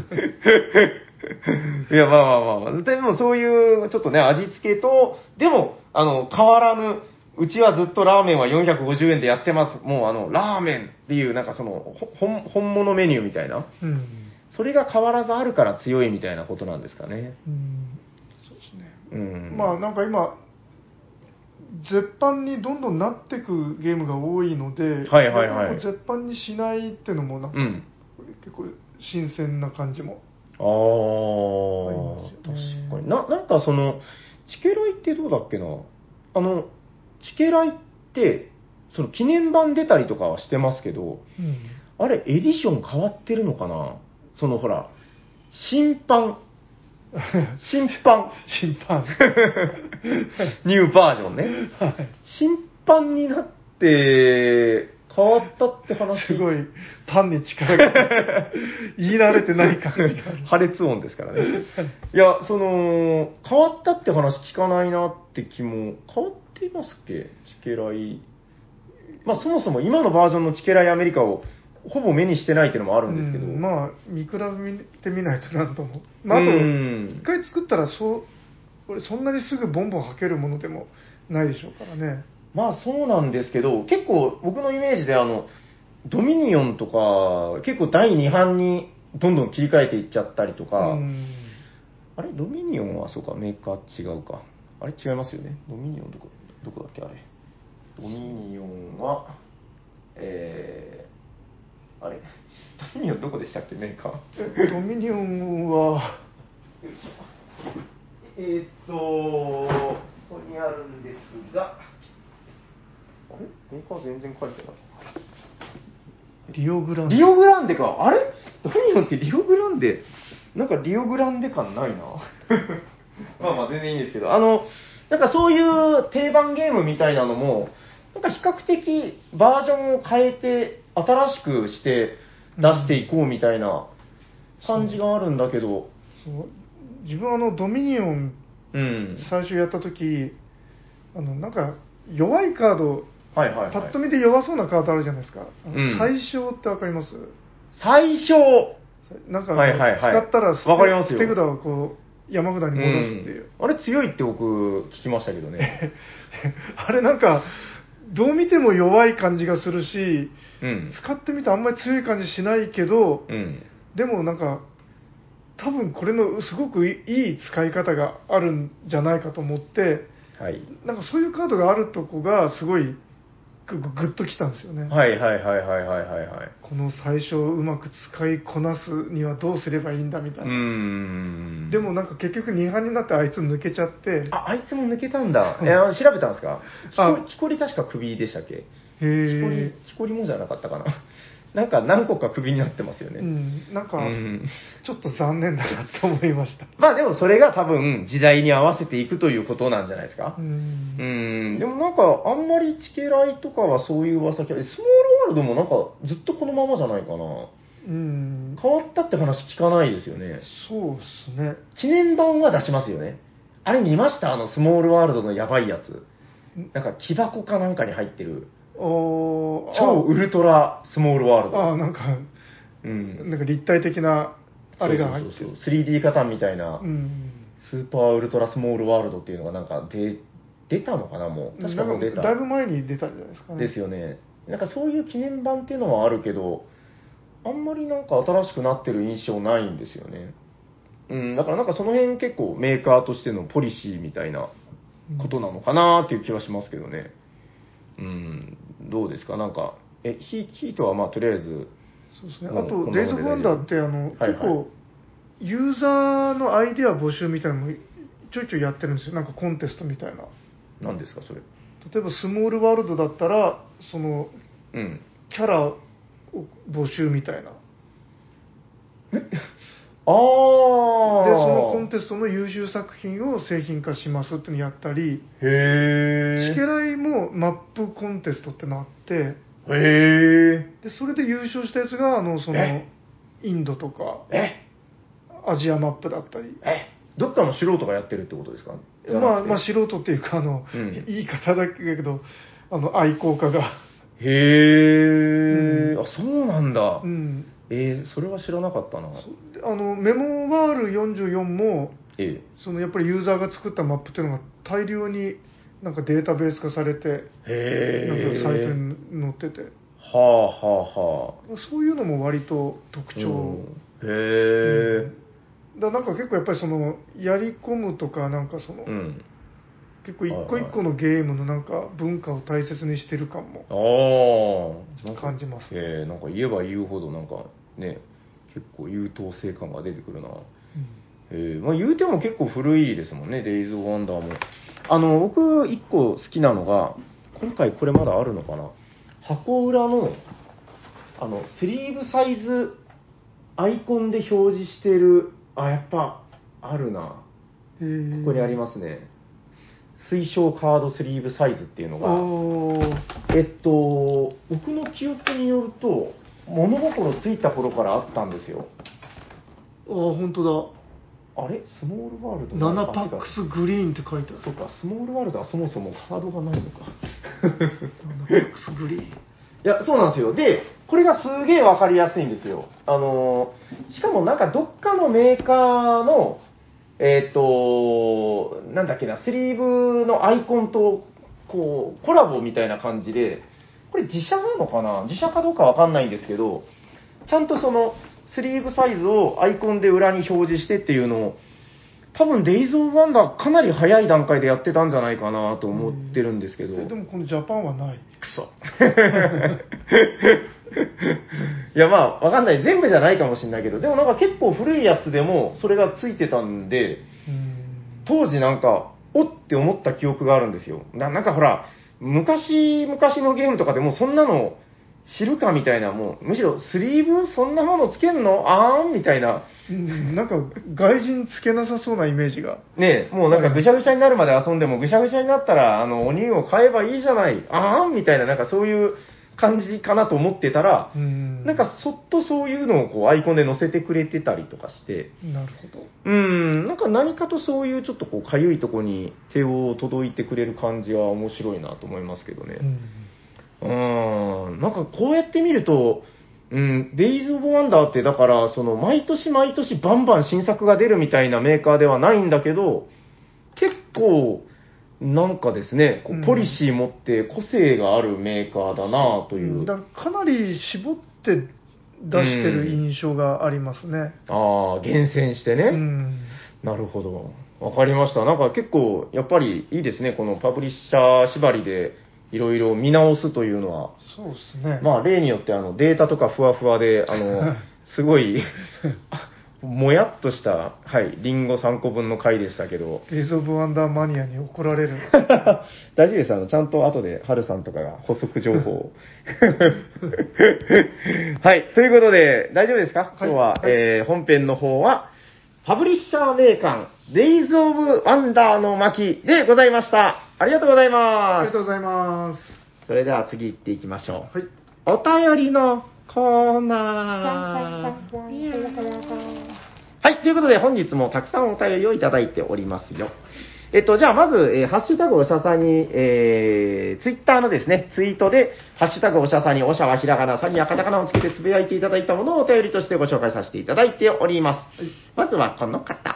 S2: いや、まあまあまあまあ。でもそういう、ちょっとね、味付けと、でも、あの、変わらぬ、うちはずっとラーメンは450円でやってます。もうあの、ラーメンっていう、なんかその、ほ本本物メニューみたいな。
S1: うん、
S2: それが変わらずあるから強いみたいなことなんですかね。
S1: うん、そうですね
S2: うん。
S1: まあなんか今絶版にどんどんなってくゲームが多いので、
S2: はいはいはい
S1: なんかこう絶版にしないっていうのもなんか
S2: うん。
S1: 結構新鮮な感じも、
S2: あ
S1: あり
S2: あ、
S1: ますよね
S2: 確かに。な、なんかその、チケライってどうだっけなあの、チケライって、その記念版出たりとかはしてますけど、 あれ、エディション変わってるのかなそのほら、新版、新版、
S1: 審判
S2: ニューバージョ ンね。
S1: はい
S2: 新版になって、変わったって話。
S1: すごいパンに力が 言い慣れてない感じがある
S2: 破裂音ですからね。 いや、その、変わったって話聞かないなって気も、変わっていますっけチケライ。まあそもそも今のバージョンのチケライアメリカをほぼ目にしてないっていうのもあるんですけど。
S1: うんまあ見比べてみないとなんとも、まあ、あと
S2: うん
S1: 一回作ったらそう俺そんなにすぐボンボン履けるものでもないでしょうからね
S2: まあそうなんですけど、結構僕のイメージであの、ドミニオンとか、結構第2版にどんどん切り替えていっちゃったりとか、
S1: うん
S2: あれドミニオンはそうか、メーカー違うか。あれ違いますよね。ドミニオンどこ、どこだっけあれ。ドミニオンは、えー、あれドミニオンどこでしたっけメーカー。
S1: えドミニオンは
S2: えー、っと、ここにあるんですが、あれメーカー全然書いてない。
S1: リオグランデ
S2: リオグランデか。あれドミニオンってリオグランデ、なんかリオグランデ感 ないな。まあまあ全然いいんですけど、あの、なんかそういう定番ゲームみたいなのも、なんか比較的バージョンを変えて、新しくして出していこうみたいな感じがあるんだけど、
S1: そう自分あのドミニオン
S2: うん。
S1: 最初やった時あのなんか弱いカード
S2: はいはい、はい。
S1: パッと見で弱そうなカードあるじゃないですか、あの
S2: うん
S1: 最小ってわかります
S2: 最初、
S1: なんか、
S2: はいはいはい
S1: 使ったら捨て
S2: わかりますよ
S1: 捨て札をこう山札に戻すっていう、
S2: うんあれ強いって僕聞きましたけどね。
S1: あれなんかどう見ても弱い感じがするし
S2: うん。
S1: 使ってみてあんまり強い感じしないけど、
S2: うん。
S1: でもなんか多分これのすごくいいいい使い方があるんじゃないかと思って
S2: はい。
S1: なんかそういうカードがあるとこがすごいぐぐっときたんですよね、
S2: はいはいはいはいはいはいはい。
S1: この最初うまく使いこなすにはどうすればいいんだみ
S2: う
S1: たいな、
S2: ーん。
S1: でもなんか結局2班になってあいつ抜けちゃって
S2: あ、あいつも抜けたんだ。えー調べたんですか
S1: あ
S2: 木こり木こり確か首でしたっけ
S1: へ
S2: 木こり
S1: え、
S2: 木こりもじゃなかったかな。なんか何個か首になってますよね。
S1: うん、なんか
S2: うん
S1: ちょっと残念だなと思いました、
S2: まあでもそれが多分時代に合わせていくということなんじゃないですか
S1: う。
S2: うんん、でもなんかあんまりチケライとかはそういう噂聞かないスモールワールドもなんかずっとこのままじゃないかな。
S1: うん、
S2: 変わったって話聞かないですよね。
S1: そうですね
S2: 記念版は出しますよね。あれ見ましたあのスモールワールドのやばいやつ
S1: ん。
S2: なんか木箱かなんかに入ってる。
S1: おー
S2: 超ウルトラスモールワールド。
S1: ああなんか
S2: うん。
S1: なんか立体的なあれが入って
S2: そう
S1: る
S2: そうそう 3D 型みたいな、
S1: うん
S2: スーパーウルトラスモールワールドっていうのがなんか出出たのかなもう。
S1: な
S2: 確
S1: ん
S2: かもう出
S1: か
S2: た。
S1: だいぶ前に出たんじゃないですかね
S2: ですよね。なんかそういう記念版っていうのはあるけど、あんまりなんか新しくなってる印象ないんですよね。うん、だからなんかその辺結構メーカーとしてのポリシーみたいなことなのかなっていう気はしますけどね。うん、どうですかなんか、え、ヒヒートはまあとりあえず、
S1: そうですね
S2: もう
S1: あと
S2: このままで
S1: デイズ・オブ・ワンダーってあの、
S2: 大丈
S1: 結
S2: 夫
S1: 構、
S2: はいはい
S1: ユーザーのアイデア募集みたいなのもちょいちょいやってるんですよなんかコンテストみたいな
S2: 何ですかそれ。
S1: 例えばスモールワールドだったらその
S2: うん。
S1: キャラを募集みたいな
S2: あ
S1: で
S2: ー
S1: そのコンテストの優秀作品を製品化しますっていうのやったり
S2: へ
S1: チ
S2: ー
S1: ケライもマップコンテストってのあって
S2: へー
S1: でそれで優勝したやつがあのその
S2: え
S1: インドとか
S2: え
S1: アジアマップだったり
S2: えどっかの素人がやってるってことですか
S1: まあ、まあ、
S2: へ
S1: 素人っていうかあの、
S2: うん
S1: 言い方だけどあの愛好家 が、
S2: え、あそうなんだ、
S1: うん、
S2: えーそれは知らなかったな
S1: であのメモワール44も
S2: え
S1: そのやっぱりユーザーが作ったマップっていうのが大量になんかデータベース化されて
S2: えへ
S1: なん
S2: え
S1: かサイトに載ってて
S2: はあはあはあ
S1: そういうのも割と特徴、
S2: うんへえ
S1: だからなんか結構やっぱりそのやり込むとかなんかその、
S2: うん、
S1: 結構一個一個のゲームのなんか文化を大切にしてる感も
S2: ああなんか
S1: 感じます
S2: えーなんか言えば言うほどなんかね結構優等生感が出てくるなえーまあ、言うても結構古いですもんね、デイズ・オブ・ワンダーも。あの、僕、一個好きなのが、今回これまだあるのかな箱裏の、あの、スリーブサイズアイコンで表示してる、あ、やっぱ、あるな。
S1: うん
S2: ここにありますね。推奨カードスリーブサイズっていうのが、
S1: おー
S2: えっと、僕の記憶によると、物心ついた頃からあったんですよ。
S1: ああ本当
S2: あれスモールワールド
S1: だ7パックスグリーンって書いてある
S2: そうか、スモールワールドはそもそもカードがないのか。
S1: 7パックスグリーン
S2: いや、そうなんですよ。で、これがすげえわかりやすいんですよ。あのーしかもなんかどっかのメーカーの、えっ、となんだっけな、スリーブのアイコンと、こう、コラボみたいな感じで、これ自社なのかな自社かどうかわかんないんですけど、ちゃんとその、スリーブサイズをアイコンで裏に表示してっていうのを、多分デイズ・オブ・ワンダーかなり早い段階でやってたんじゃないかなと思ってるんですけど。
S1: えでもこのジャパンはない
S2: くそ。いや、まあ、わかんない。全部じゃないかもしれないけど、でもなんか結構古いやつでも、それがついてたんで、
S1: うん
S2: 当時なんか、おって思った記憶があるんですよ。ななんかほら、昔、昔のゲームとかでもうそんなの知るかみたいな、もう、むしろスリーブそんなものつけんのあーんみたいな。
S1: うんなんか外人つけなさそうなイメージが
S2: ねえ、もうなんかぐしゃぐしゃになるまで遊んでもぐしゃぐしゃになったら、あの、お乳を買えばいいじゃない、あーんみたいな、なんかそういう感じかなと思ってたら、
S1: うん
S2: なんかそっとそういうのをこうアイコンで載せてくれてたりとかして、
S1: なるほど
S2: うん、なんか何かとそういうちょっとこう、かゆいとこに手を届いてくれる感じは面白いなと思いますけどね。うーんなんかこうやって見ると、うん、デイズ・オブ・ワンダーってだから、その毎年毎年バンバン新作が出るみたいなメーカーではないんだけど、結構、なんかですね、こ
S1: うん
S2: うポリシー持って個性があるメーカーだなという。
S1: だからかなり絞って出してる印象がありますね。
S2: ああ、厳選してね。
S1: うん
S2: なるほど。わかりました。なんか結構、やっぱりいいですね。このパブリッシャー縛りでいろいろ見直すというのは。
S1: そうですね。
S2: まあ、例によってあのデータとかふわふわで、あのすごい もやっとした、はい、リンゴ3個分の回でしたけど、
S1: デイズ・オブ・ワンダーマニアに怒られる。
S2: 大丈夫です、あのちゃんと後でハルさんとかが補足情報 を。はい、ということで、大丈夫ですか、今日は、
S1: はい
S2: えー本編の方は、パブリッシャー名鑑、デイズ・オブ・ワンダーの巻でございました。ありがとうござい
S1: あり
S2: ま
S1: がとうございます。
S2: す。それでは次行っていきましょう。
S1: はい。
S2: お便りのコー
S4: パン
S2: ナ
S4: パンパンパン
S1: 嗯
S4: パンパンパン
S2: ー。はい、ということで本日もたくさんお便りをいただいておりますよ。えっと、じゃあまず、えーハッシュタグおしゃさに、えー、ツイッターのですね、ツイートで、ハッシュタグおしゃさに、おしゃはひらがな、さにはカタカナをつけてつぶやいていただいたものをお便りとしてご紹介させていただいております。まずはこの方。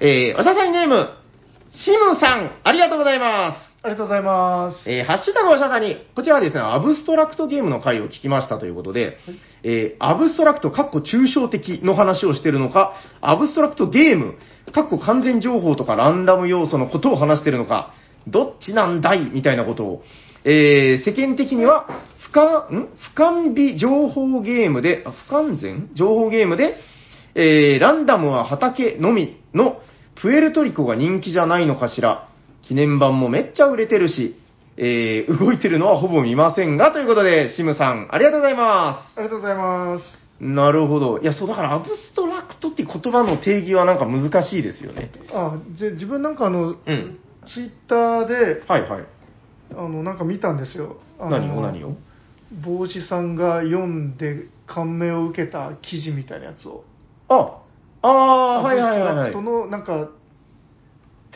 S2: えー、おしゃさにネーム、シムさん、ありがとうございます。
S1: ありがとうございます。
S2: えーハッシュタグおしゃさに、こちらはですね、アブストラクトゲームの回を聞きましたということで、えーアブストラクト、かっこ抽象的の話をしているのか、アブストラクトゲーム、かっこ完全情報とかランダム要素のことを話しているのか、どっちなんだいみたいなことを、えー世間的には、不完、ん不完備情報ゲームで、あ不完全情報ゲームで、えーランダムは畑のみの、プエルトリコが人気じゃないのかしら。記念版もめっちゃ売れてるし、えー動いてるのはほぼ見ませんが、ということで、シムさん、ありがとうございま
S1: ありがとうございます。
S2: す。なるほど。いや、そう、だから、アブストラクトって言葉の定義はなんか難しいですよね。
S1: あ、じゃ自分なんかあの、
S2: うん。
S1: ツイッターで、
S2: はいはい。
S1: あの、なんか見たんですよ。あの
S2: 何を何を
S1: 帽子さんが読んで感銘を受けた記事みたいなやつを。
S2: あ、ああー、はいはいはい
S1: アブス
S2: は
S1: トラク
S2: い。
S1: トのなんか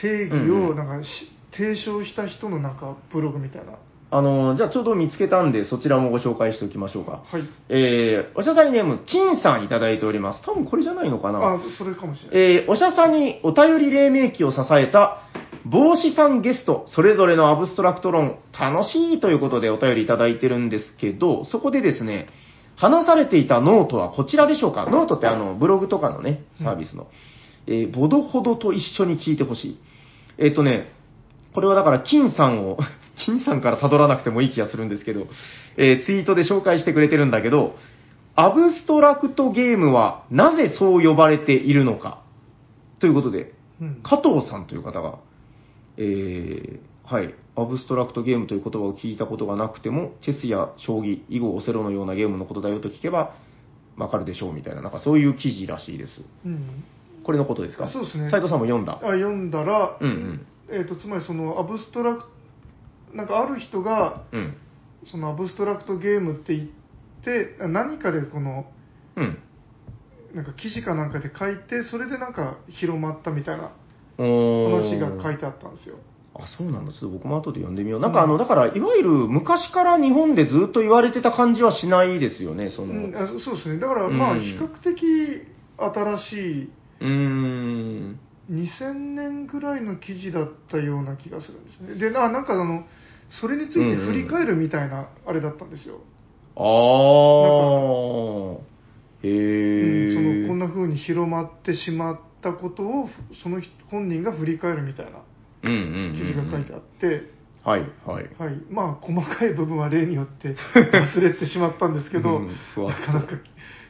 S1: 定義
S2: うんう
S1: を
S2: ん
S1: なんかし提唱した人のなんかブログみたいな。
S2: あのー、じゃあちょうど見つけたんで、そちらもご紹介しておきましょうか。
S1: はい。
S2: えー、おしゃさにネーム、金さんいただいております。多分これじゃないのかな
S1: あ、それかもしれない。
S2: えーおしゃさんにお便り黎明期を支えた、帽子さんゲスト、それぞれのアブストラクト論、楽しいということでお便りいただいてるんですけど、そこでですね、話されていたノートはこちらでしょうかノートってあの、ブログとかのね、サービスの。えーボドほどと一緒に聞いてほしい。えっ、とね、これはだから、金さんを、 金さんから辿らなくてもいい気がするんですけど、えーツイートで紹介してくれてるんだけど、アブストラクトゲームはなぜそう呼ばれているのかということで、
S1: うん
S2: 加藤さんという方が、えーはい、アブストラクトゲームという言葉を聞いたことがなくても、チェスや将棋、囲碁、オセロのようなゲームのことだよと聞けば、わかるでしょうみたいな、なんかそういう記事らしいです。
S1: うん
S2: これのことですか
S1: そうですね
S2: 斉藤さんも読んだ
S1: あ。読んだら、
S2: うんうん
S1: えー、とつまりそのアブストラクトなんかある人が
S2: うん。
S1: そのアブストラクトゲームって言って何かでこの
S2: うん。
S1: なんか記事かなんかで書いてそれでなんか広まったみたいな
S2: お
S1: 話
S2: ー
S1: が書いてあったんですよ
S2: あ、そうなんだ。ちょっと僕も後で読んでみよう。なんかあの、だから、いわゆる昔から日本でずっと言われてた感じはしないですよね、その。
S1: うん
S2: う
S1: あそそうですねだからまあ
S2: うん
S1: 比較的新しい
S2: ーん。
S1: 2000年ぐらいの記事だったような気がするんですねでななんかあのそれについて振り返るみたいなあれだったんですよ、
S2: あ
S1: うん
S2: ー。へー。
S1: そのこんな風に広まってしまったことをその人本人が振り返るみたいな
S2: うんうんうんうん
S1: 記事が書いてあって、
S2: はい、はい。
S1: はい、まあ細かい部分は例によ って忘れてしまったんですけど、
S2: うんふわっ
S1: なか
S2: と
S1: なか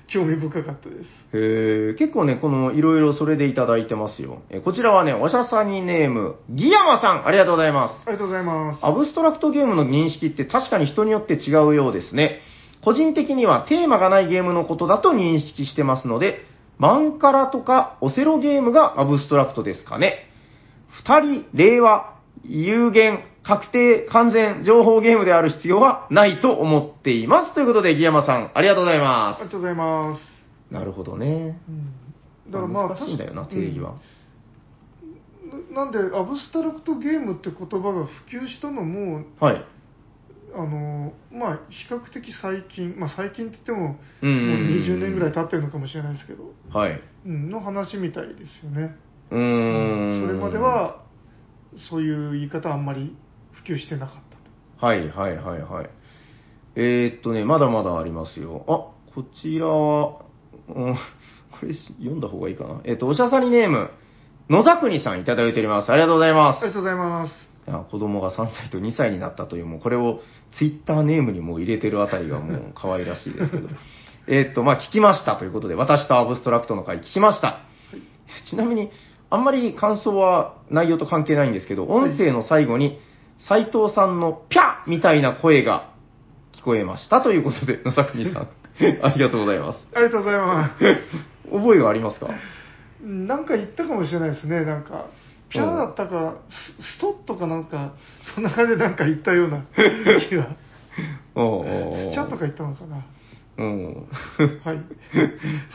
S1: 興味深かったです
S2: へー結構ね、この、いろいろそれでいただいてますよ。えこちらはね、おしゃさにネーム、ギヤマさん、ありがとうございます。
S1: ありがとうございます
S2: アブストラクトゲームの認識って確かに人によって違うようですね。個人的にはテーマがないゲームのことだと認識してますので、マンカラとかオセロゲームがアブストラクトですかね。二人、令和、有限、確定、完全、情報ゲームである必要はないと思っています。ということで、ギヤマさん、ありがとうござい
S1: あ
S2: ま
S1: りがとうございます。
S2: す。なるほどね。
S1: うんだからまあ、
S2: 難しいんだよな、定義は。
S1: うん。ななんで、アブストラクトゲームって言葉が普及したのも、
S2: はい。
S1: あのまあ、比較的最近、まあ、最近って言っても、
S2: うんうんうん
S1: もう20年ぐらい経ってるのかもしれないですけど、
S2: はい。
S1: うん、の話みたいですよね。
S2: うーん。
S1: それまでは、そういう言い方はあんまり普及してなかったと。
S2: はいはいはいはい。えー、っとね、まだまだありますよ。あ、こちらは、うん、 これし読んだ方がいいかな。えーっと、おしゃさにネーム、野ざくにさんいただいております。ありがとうございま
S1: ありが
S2: す。
S1: とうございます。
S2: あ子供が3歳と2歳になったという、もうこれをツイッターネームにもう入れてるあたりが もう可愛らしいですけど。えーっと、まあ聞きましたということで、私とアブストラクトの会聞きました。ちなみに、あんまり感想は内容と関係ないんですけど、音声の最後に、斉藤さんのピャッみたいな声が聞こえましたということで、野崎さ ん、ありがとうございます。
S1: ありがとうございます。
S2: 覚えがあ りますか
S1: うんなんか言ったかもしれないですね、なんか。ピャーだったか、スストッとかなんか、そんな感じでなんか言ったような 気が。
S2: おうおうおう
S1: スチャとか言ったのかな。
S2: うん。
S1: はい。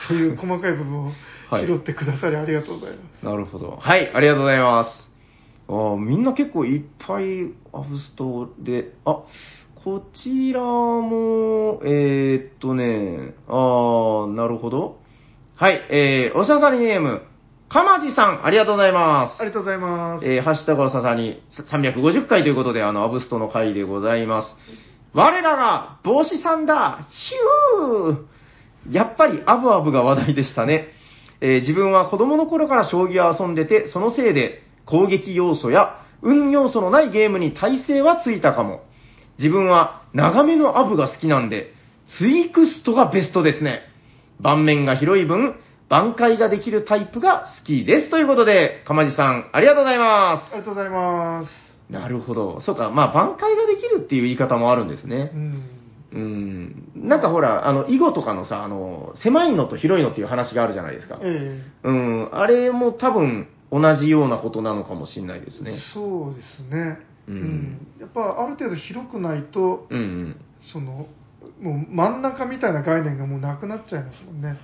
S1: そういう細かい部分を
S2: はい
S1: 拾ってくださりありがとうございます。
S2: なるほど。はい、ありがとうございます。あーみんな結構いっぱいアブストで、あ、こちらも、えー、っとね、あー、なるほど。はい、えー、おしゃさりネーム、かまじさん、ありがとうございます。
S1: ありがとうございます。
S2: えー、ハッシュタグはささに350回ということで、あの、アブストの回でございます。我らが帽子さんだヒューやっぱりアブアブが話題でしたね。えー自分は子供の頃から将棋を遊んでて、そのせいで攻撃要素や運要素のないゲームに耐性はついたかも。自分は長めのアブが好きなんで、ツイクストがベストですね。盤面が広い分、挽回ができるタイプが好きです。ということで、かまじさん、ありがとうございま
S1: ありがとうございます。
S2: す。なるほど。そうか、まあ、挽回ができるっていう言い方もあるんですね
S1: う。ん。
S2: うん。なんかほら、あの、囲碁とかのさ、あの、狭いのと広いのっていう話があるじゃないですか。
S1: え
S2: うん。あれも多分、同じようなことなのかもしれないです
S1: え
S2: ね。
S1: そうですね。
S2: う
S1: うんん。やっぱある程度広くないと、
S2: うんうん。
S1: その、もう真ん中みたいな概念がもうなくなっちゃいますもんね。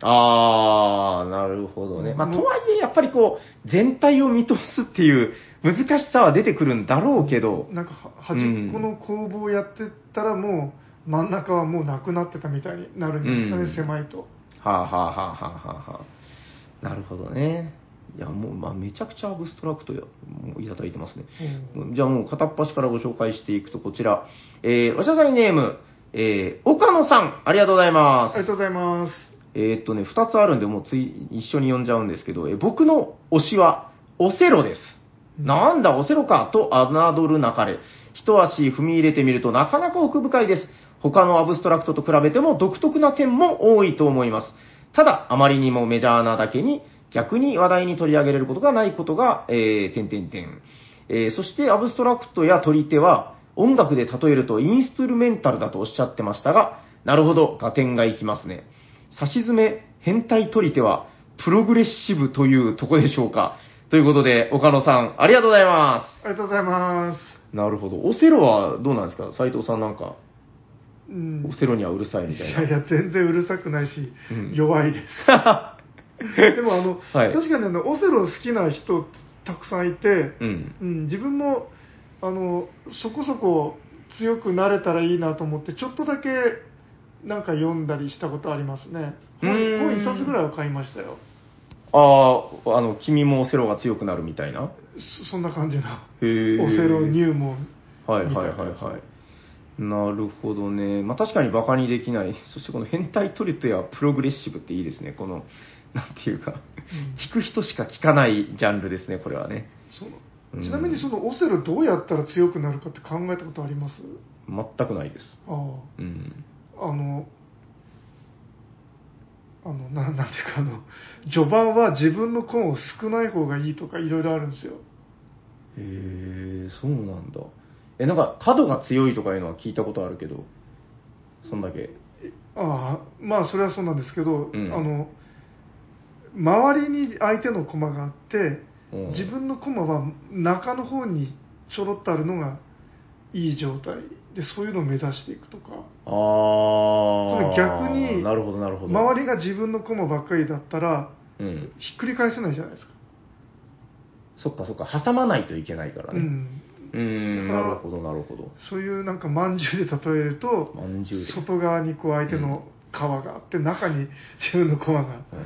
S2: あー、なるほどね。まあ、
S1: うん
S2: とはいえ、やっぱりこう、全体を見通すっていう難しさは出てくるんだろうけど、
S1: なんかは端っこの工房やってたらもう真ん中はもうなくなってたみたいになるんですかね、
S2: うん
S1: 狭いと
S2: はあ、はあはあはあはあはあ、なるほどね。いや、もう、まあ、めちゃくちゃアブストラクトや、もういただいてますね。じゃあもう片っ端からご紹介していくと、こちら。えー、おしゃさりネーム、えー、岡野さん、ありがとうございま
S1: ありが
S2: す。
S1: とうございます
S2: えーっとね、二つあるんで、もうつい、一緒に読んじゃうんですけど、えー僕の推しは、オセロです。なんだ、オセロか、と侮るなかれ。一足踏み入れてみるとなかなか奥深いです。他のアブストラクトと比べても独特な点も多いと思います。ただ、あまりにもメジャーなだけに、逆に話題に取り上げられることがないことが、えー、点々点。えーそして、アブストラクトや取り手は、音楽で例えるとインストゥルメンタルだとおっしゃってましたが、なるほど、合点がいきますね。差し詰め、変態取り手は、プログレッシブというとこでしょうか。ということで、岡野さん、ありがとうございま
S1: ありがとうございます
S2: す。なるほど。オセロはどうなんですか斉藤さんなんか、
S1: うん
S2: オセロにはうるさいみ
S1: い
S2: たい
S1: や
S2: な。
S1: いや全然うるさくないし、
S2: うん
S1: 弱 いですでもあの、
S2: はい
S1: 確かにあのオセロ好きな人たくさんいて、
S2: うん。
S1: うん、自分もあのそこそこ強くなれたらいいなと思ってちょっとだけなんか読んだりしたことありますね本
S2: うん
S1: 本一冊ぐらいは買いましたよ
S2: ああ、あの、君もオセロが強くなるみたいな。
S1: そそんな感じの
S2: へー
S1: オセロ入門
S2: はいはいはいはい。なるほどね。まあ確かにバカにできない。 そしてこの変態トリットやプログレッシブっていいですね。この、なんていうか、聞く人しか聞かないジャンルですね、これはね。
S1: その
S2: うん
S1: ちなみにそのオセロどうやったら強くなるかって考えたことあります
S2: 全くないです。
S1: ああ
S2: うん。
S1: あの、あの、ななんていうか、あの、序盤は自分のコンを少ない方がいいとか、いろいろあるんですよ。
S2: へえ、そうなんだ。え、なんか角が強いとかいうのは聞いたことあるけど、そんだけ。
S1: ああ、まあ、それはそうなんですけど、
S2: うん
S1: あの、周りに相手の駒があって、
S2: うん
S1: 自分の駒は中の方にちょろっとあるのがいい状態でそういうのを目指していくとか
S2: ああ
S1: つまり逆に
S2: なるほどなるほど
S1: 周りが自分のコマばっかりだったら
S2: うん
S1: ひっくり返せないじゃないですか、
S2: そっかそっか挟まないといけないから
S1: う
S2: ね
S1: ん、
S2: うんんなるほどなるほど
S1: そういうなんかまんじゅうで例えると
S2: まんじゅうで
S1: 外側にこう相手の皮があって中に自分のコマが
S2: う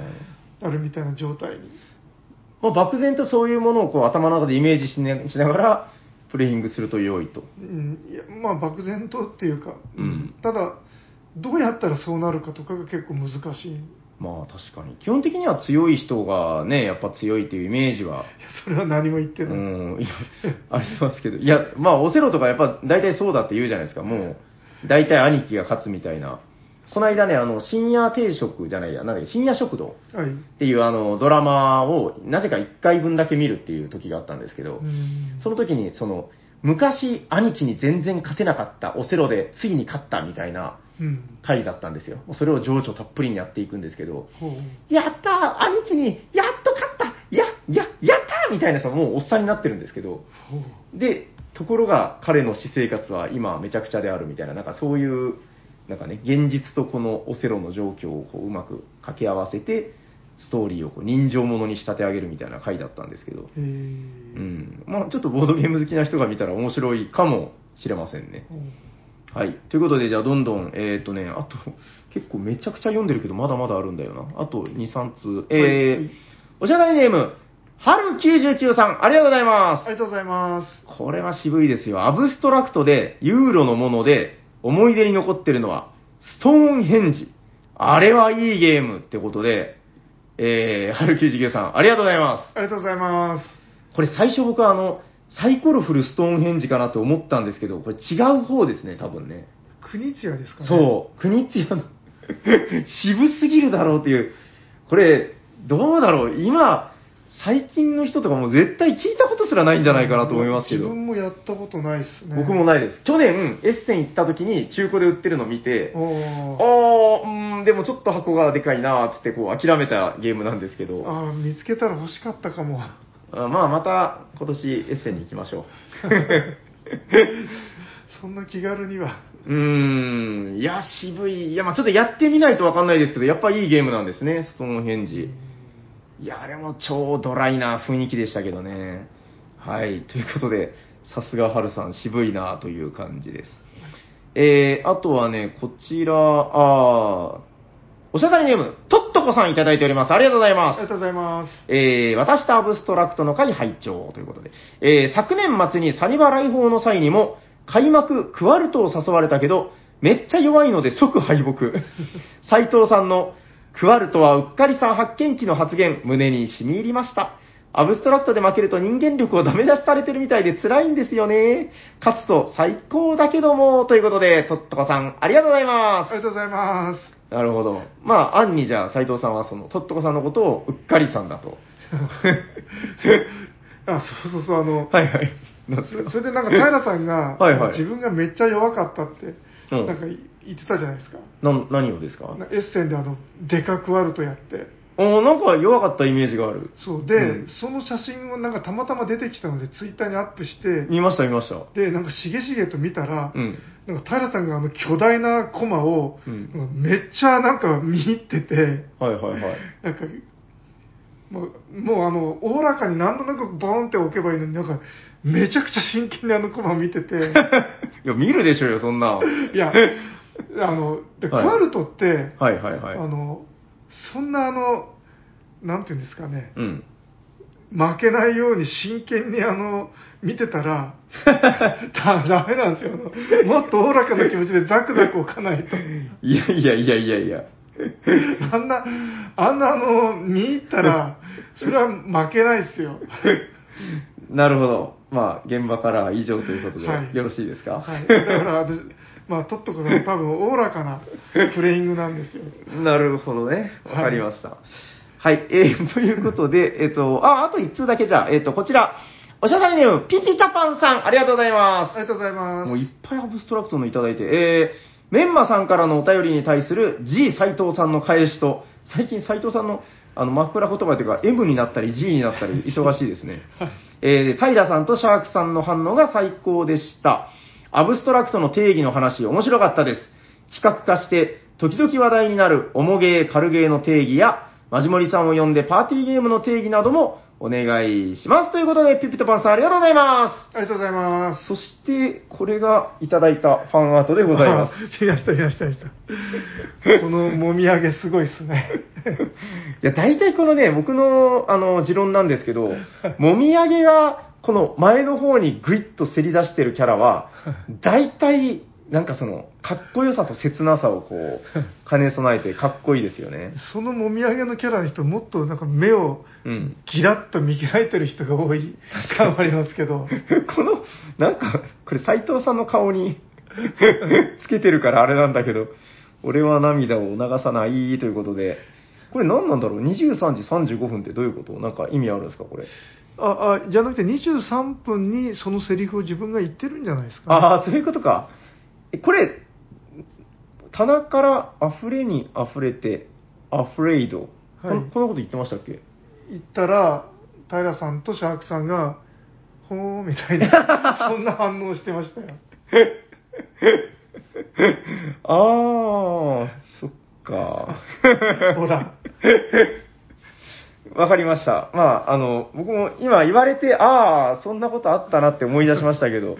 S2: ん
S1: あるみたいな状態に
S2: まあ、漠然とそういうものをこう頭の中でイメージし,、ね、しながらプレイングすると良いと
S1: うんいやまあ漠然とっていうか、
S2: うん
S1: ただどうやったらそうなるかとかが結構難しいいや
S2: まあ確かに基本的には強い人がねやっぱ強いっていうイメージは
S1: それは何も言って
S2: う
S1: ない、
S2: んいやありますけどいやまあオセロとかやっぱ大体そうだって言うじゃないですかもう大体兄貴が勝つみたいなこの間ねあの深夜定食じゃないやなんだっけ深夜食堂
S1: はい、
S2: っていうあのドラマをなぜか1回分だけ見るっていう時があったんですけど、
S1: うん
S2: その時に、その、昔、兄貴に全然勝てなかった、オセロでついに勝ったみたいな
S1: うん
S2: 回だったんですよ。もうそれを情緒たっぷりにやっていくんですけど、
S1: ほう
S2: やったー兄貴に、やっと勝ったや、や、やったーみたいな人はもうおっさんになってるんですけど、
S1: ほう
S2: で、ところが彼の私生活は今めちゃくちゃであるみたいな、なんかそういう、なんかね、現実とこのオセロの状況をこううまく掛け合わせて、ストーリーをこう人情ものに仕立て上げるみたいな回だったんですけど、
S1: へえ
S2: うん。まあちょっとボードゲーム好きな人が見たら面白いかもしれませんね。
S1: ほう
S2: はい。ということで、じゃあどんどん、えっ、ー、とね、あと、結構めちゃくちゃ読んでるけど、まだまだあるんだよな。あと2、3通。えー
S1: はい
S2: おしゃがりネーム、はる99さん、ありがとうございま
S1: ありがとうございます
S2: す。これは渋いですよ。アブストラクトで、ユーロのもので、思い出に残ってるのは、ストーンヘンジ。あれはいいゲームってことで、えー、はる99さん、ありがとうございます。
S1: ありがとうございます
S2: これ最初僕はあの、サイコロ振るストーンヘンジかなと思ったんですけど、これ違う方ですね、多分ね。
S1: 国津屋ですかね
S2: そう、国津屋の、 渋すぎるだろうっていう。これ、どうだろう、今、最近の人とかもう絶対聞いたことすらないんじゃないかなと思いますけど
S1: 自。分もやったことないっすね
S2: 僕もないです。去年、エッセン行った時に中古で売ってるの見て、あ
S1: おー
S2: ー、うーん、でもちょっと箱がでかいなーっつってこう諦めたゲームなんですけど。
S1: あー見つけたら欲しかったかも
S2: あまあ、また今年エッセンに行きましょ
S1: そんな気軽には
S2: う。うーん、いや、渋い。いや、まあちょっとやってみないとわかんないですけど、やっぱいいゲームなんですね、ストーンヘンジ。いや、あれも超ドライな雰囲気でしたけどね。はい、ということで、さすがハルさん、渋いなという感じです。えー、あとはね、こちら、あー、おしゃだりネーム、とっとこさんいただいております。ありがとうござい
S1: あ
S2: ま
S1: りが。
S2: す
S1: とうございます
S2: えー私とアブストラクトの会拝聴ということで、えー昨年末にサニバ来訪の際にも、開幕クワルトを誘われたけど、めっちゃ弱いので即敗北。斉藤さんの、クワルトはうっかりさん発見記の発言、胸に染み入りました。アブストラクトで負けると人間力をダメ出しされてるみたいで辛いんですよね。勝つと最高だけども、ということで、とっとこさん、ありがとうございま
S1: あ
S2: す
S1: り。がとうございます
S2: なるほど。まあ、暗にじゃあ、斎藤さんは、その、とっとこさんのことを、うっかりさんだと。
S1: あそうそうそうあの、
S2: はいはい。なんす
S1: そ
S2: か
S1: それでなんか平さんが
S2: はいはい
S1: 自分がめっちゃ弱かったって、
S2: うん
S1: なんかい言ってたじゃないですか
S2: な何をですか
S1: なエッセンであのデカクワルトやって
S2: おなんか弱かったイメージがある。
S1: そうで、
S2: うん
S1: その写真をなんかたまたま出てきたのでツイッターにアップして
S2: 見ました見ました。
S1: でなんかしげしげと見たら、
S2: うん。
S1: なんか平さんがあの巨大なコマを、
S2: うん
S1: なんかめっちゃなんか見入ってて
S2: はいはいはい。
S1: なんかもうもうあのおおらかになんとなくボーンって置けばいいのになんかめちゃくちゃ真剣にあのコマ見てて
S2: いや、見るでしょうよ、そんな。
S1: いやあのでク
S2: はい
S1: ワルトって、
S2: はいはいは
S1: あ
S2: い。
S1: のそんなあのなんていうんですかね
S2: うん。
S1: 負けないように真剣にあの見てた らだダメなんですよもっとおおらかな気持ちでザクザク置かないと。
S2: いやいやいやいやいや。
S1: あんな、あんなあの、見入った ら、それは負けないですよ。
S2: なるほど。まあ、現場からは以上ということで、
S1: はい
S2: よろしいですか
S1: はい。だから、あのまあ、トットコさんは多分、おおらかなプレイングなんですよ。
S2: なるほどね。わかりました。はい、えー、と いうことで、えっ、と、あ、あと一通だけじゃあ、えっ、と、こちら、おしゃさりネーム、ピピタパンさん、ありがとうございま
S1: あ
S2: す
S1: り。がとうございます。
S2: もういっぱいアブストラクトのいただいて、えー、メンマさんからのお便りに対する G 斎藤さんの返しと、最近斎藤さんのあの、枕言葉というか、M になったり G になったり、忙しいで すね。えー、平さんとシャークさんの反応が最高でした。アブストラクトの定義の話、面白かったです。企画化して、時々話題になる、重ゲー、軽ゲーの定義や、マジモリさんを呼んでパーティーゲームの定義などもお願いします。ということで、ピピとパンさんありがとうございま。
S1: ありがとうございます。
S2: そして、これがいただいたファンアートでございます
S1: あ冷やした冷やした冷やした。このもみあげすごいっすね。
S2: す。いや、大体このね、僕の、あの、持論なんです けど、もみあげが、この前の方にグイッとせり出してるキャラは、大体、なんかその、かっこよさと切なさをこ う、兼ね備えてかっこいいですよね。
S1: そのもみあげのキャラの人、もっとなんか目を
S2: うん。
S1: ギラッと見開いてる人が多い感はありますけど。
S2: この、なんか、これ斎藤さんの顔に つけてるからあれなんだけど、俺は涙を流さないということで、これ何なんだろう ?23 時35分ってどういうことなんか意味あるんですかこれ。
S1: あ、あ、じゃなくて23分にそのセリフを自分が言ってるんじゃないですか、
S2: ああ、そういうことか。えこれ、棚から溢れに溢れて、アフレイド。こ
S1: はい
S2: んこんなこと言ってましたっけ
S1: 言ったら、平さんとシャークさんが、ほーみたい な、そんな反応してましたよ。
S2: ああ、そっか。
S1: ほら。
S2: わかりました。まあ、あの、僕も今言われて、ああ、そんなことあったなって思い出しましたけど。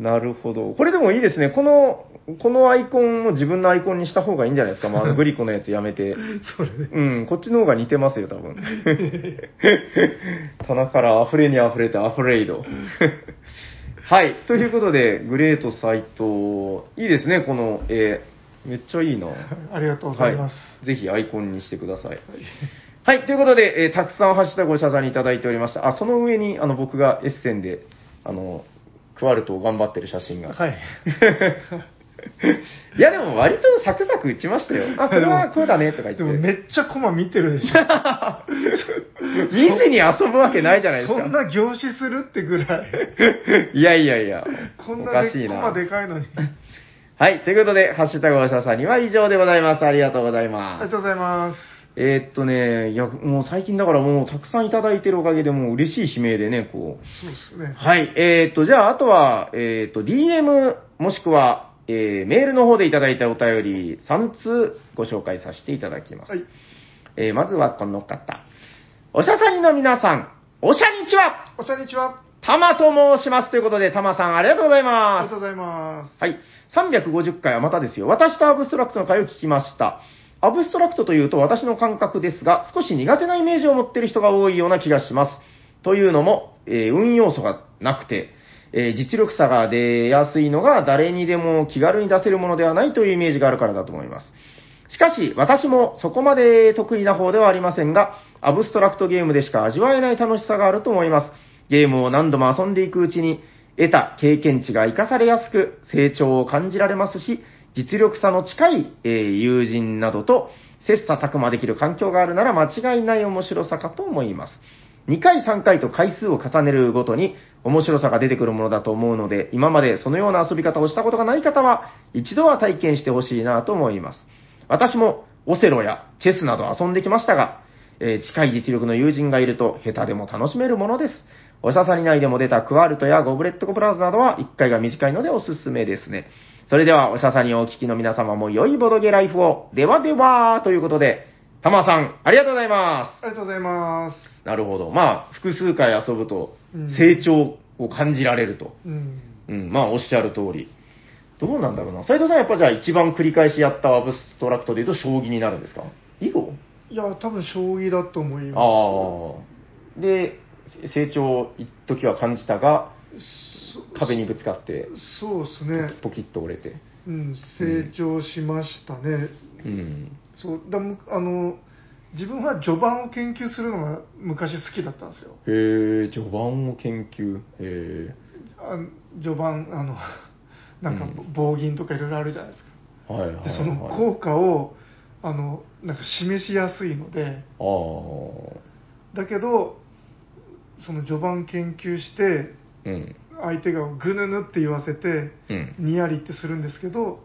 S2: なるほど。これでもいいですね。この、このアイコンを自分のアイコンにした方がいいんじゃないですか。まああの、グリコのやつやめて。
S1: それで。
S2: うん、こっちの方が似てますよ、多分。棚から溢れに溢れたアフレイド。はい。ということで、グレート斎藤、いいですね、この絵。めっちゃいいな。
S1: ありがとうございます。
S2: はい、ぜひアイコンにしてください。はい、ということで、えーたくさんハッシュタグを謝罪にいただいておりました。あ、その上に、あの、僕がエッセンで、あの、クワルトを頑張ってる写真が。
S1: はい。
S2: いや、でも割とサクサク打ちましたよ。あ、これはこうだね、とか言って。
S1: でもめっちゃコマ見てる でしょ。
S2: 見ずに遊ぶわけないじゃないです
S1: そ
S2: か。
S1: んな凝視するってぐらい。
S2: いやいやいや。
S1: こん
S2: お
S1: な
S2: か
S1: で
S2: しい
S1: コ
S2: な
S1: マ。でかいのに。
S2: はい。ということで、ハッシュタグおしゃさんには以上でございます。ありがとうござい
S1: あり
S2: ま
S1: が
S2: す。
S1: とうございます。
S2: えーっとね、いや、もう最近だからもうたくさんいただいてるおかげでもう嬉しい悲鳴でね、こう。
S1: そうですね。
S2: はい。えーっと、じゃあ、あとは、えーっと、DM もしくは、えーメールの方でいただいたお便り3通ご紹介させていただきます。
S1: はい。
S2: えーまずはこの方。おしゃさんの皆さん、おしゃにちは
S1: おしゃにちは。
S2: たまと申しますということで、たまさんありがとうござい
S1: あり
S2: ま。
S1: がとうございます
S2: はい。350回はまたですよ。私とアブストラクトの回を聞きました。アブストラクトというと私の感覚ですが、少し苦手なイメージを持っている人が多いような気がします。というのも、えー運要素がなくて、えー実力差が出やすいのが誰にでも気軽に出せるものではないというイメージがあるからだと思います。しかし、私もそこまで得意な方ではありませんが、アブストラクトゲームでしか味わえない楽しさがあると思います。ゲームを何度も遊んでいくうちに、得た経験値が活かされやすく、成長を感じられますし、実力差の近い、えー友人などと、切磋琢磨できる環境があるなら間違いない面白さかと思います。2回3回と回数を重ねるごとに面白さが出てくるものだと思うので、今までそのような遊び方をしたことがない方は、一度は体験してほしいなと思います。私もオセロやチェスなど遊んできましたが、えー近い実力の友人がいると下手でも楽しめるものです。おしゃさに内でも出たクワルトやゴブレットコブラウズなどは1回が短いのでおすすめですね。それではおしゃさにお聞きの皆様も良いボドゲライフを。ではでは、ということで、たまさん、ありがとうございます。
S1: ありがとうございます。
S2: なるほど。まあ、複数回遊ぶと
S1: うん、
S2: 成長を感じられると。
S1: うん。
S2: うん、まあ、おっしゃる通り。どうなんだろうな。斉藤さん、やっぱじゃあ一番繰り返しやったアブストラクトで言うと、将棋になるんですか囲碁
S1: いや、多分将棋だと思いま
S2: ああ。で、せ成長、一時は感じたが、壁にぶつかって、
S1: す。そうですね。
S2: ポキッと折れて。
S1: うん、成長しましたね。
S2: うん。
S1: そう、だむあの、自分は序盤を研究するのが昔好きだったんですよ。
S2: へえ、序盤を研究。へえ。
S1: あ序盤、あの、 なんか
S2: うん
S1: 棒銀とかいろいろあるじゃないですか。
S2: はいはい、はい。
S1: で、その効果を、あの、なんか示しやすいので、
S2: あ
S1: だけど、その序盤研究して、
S2: あ。 うん。
S1: 相手がぐぬぬって言わせて、
S2: うん。
S1: にやりってするんですけど、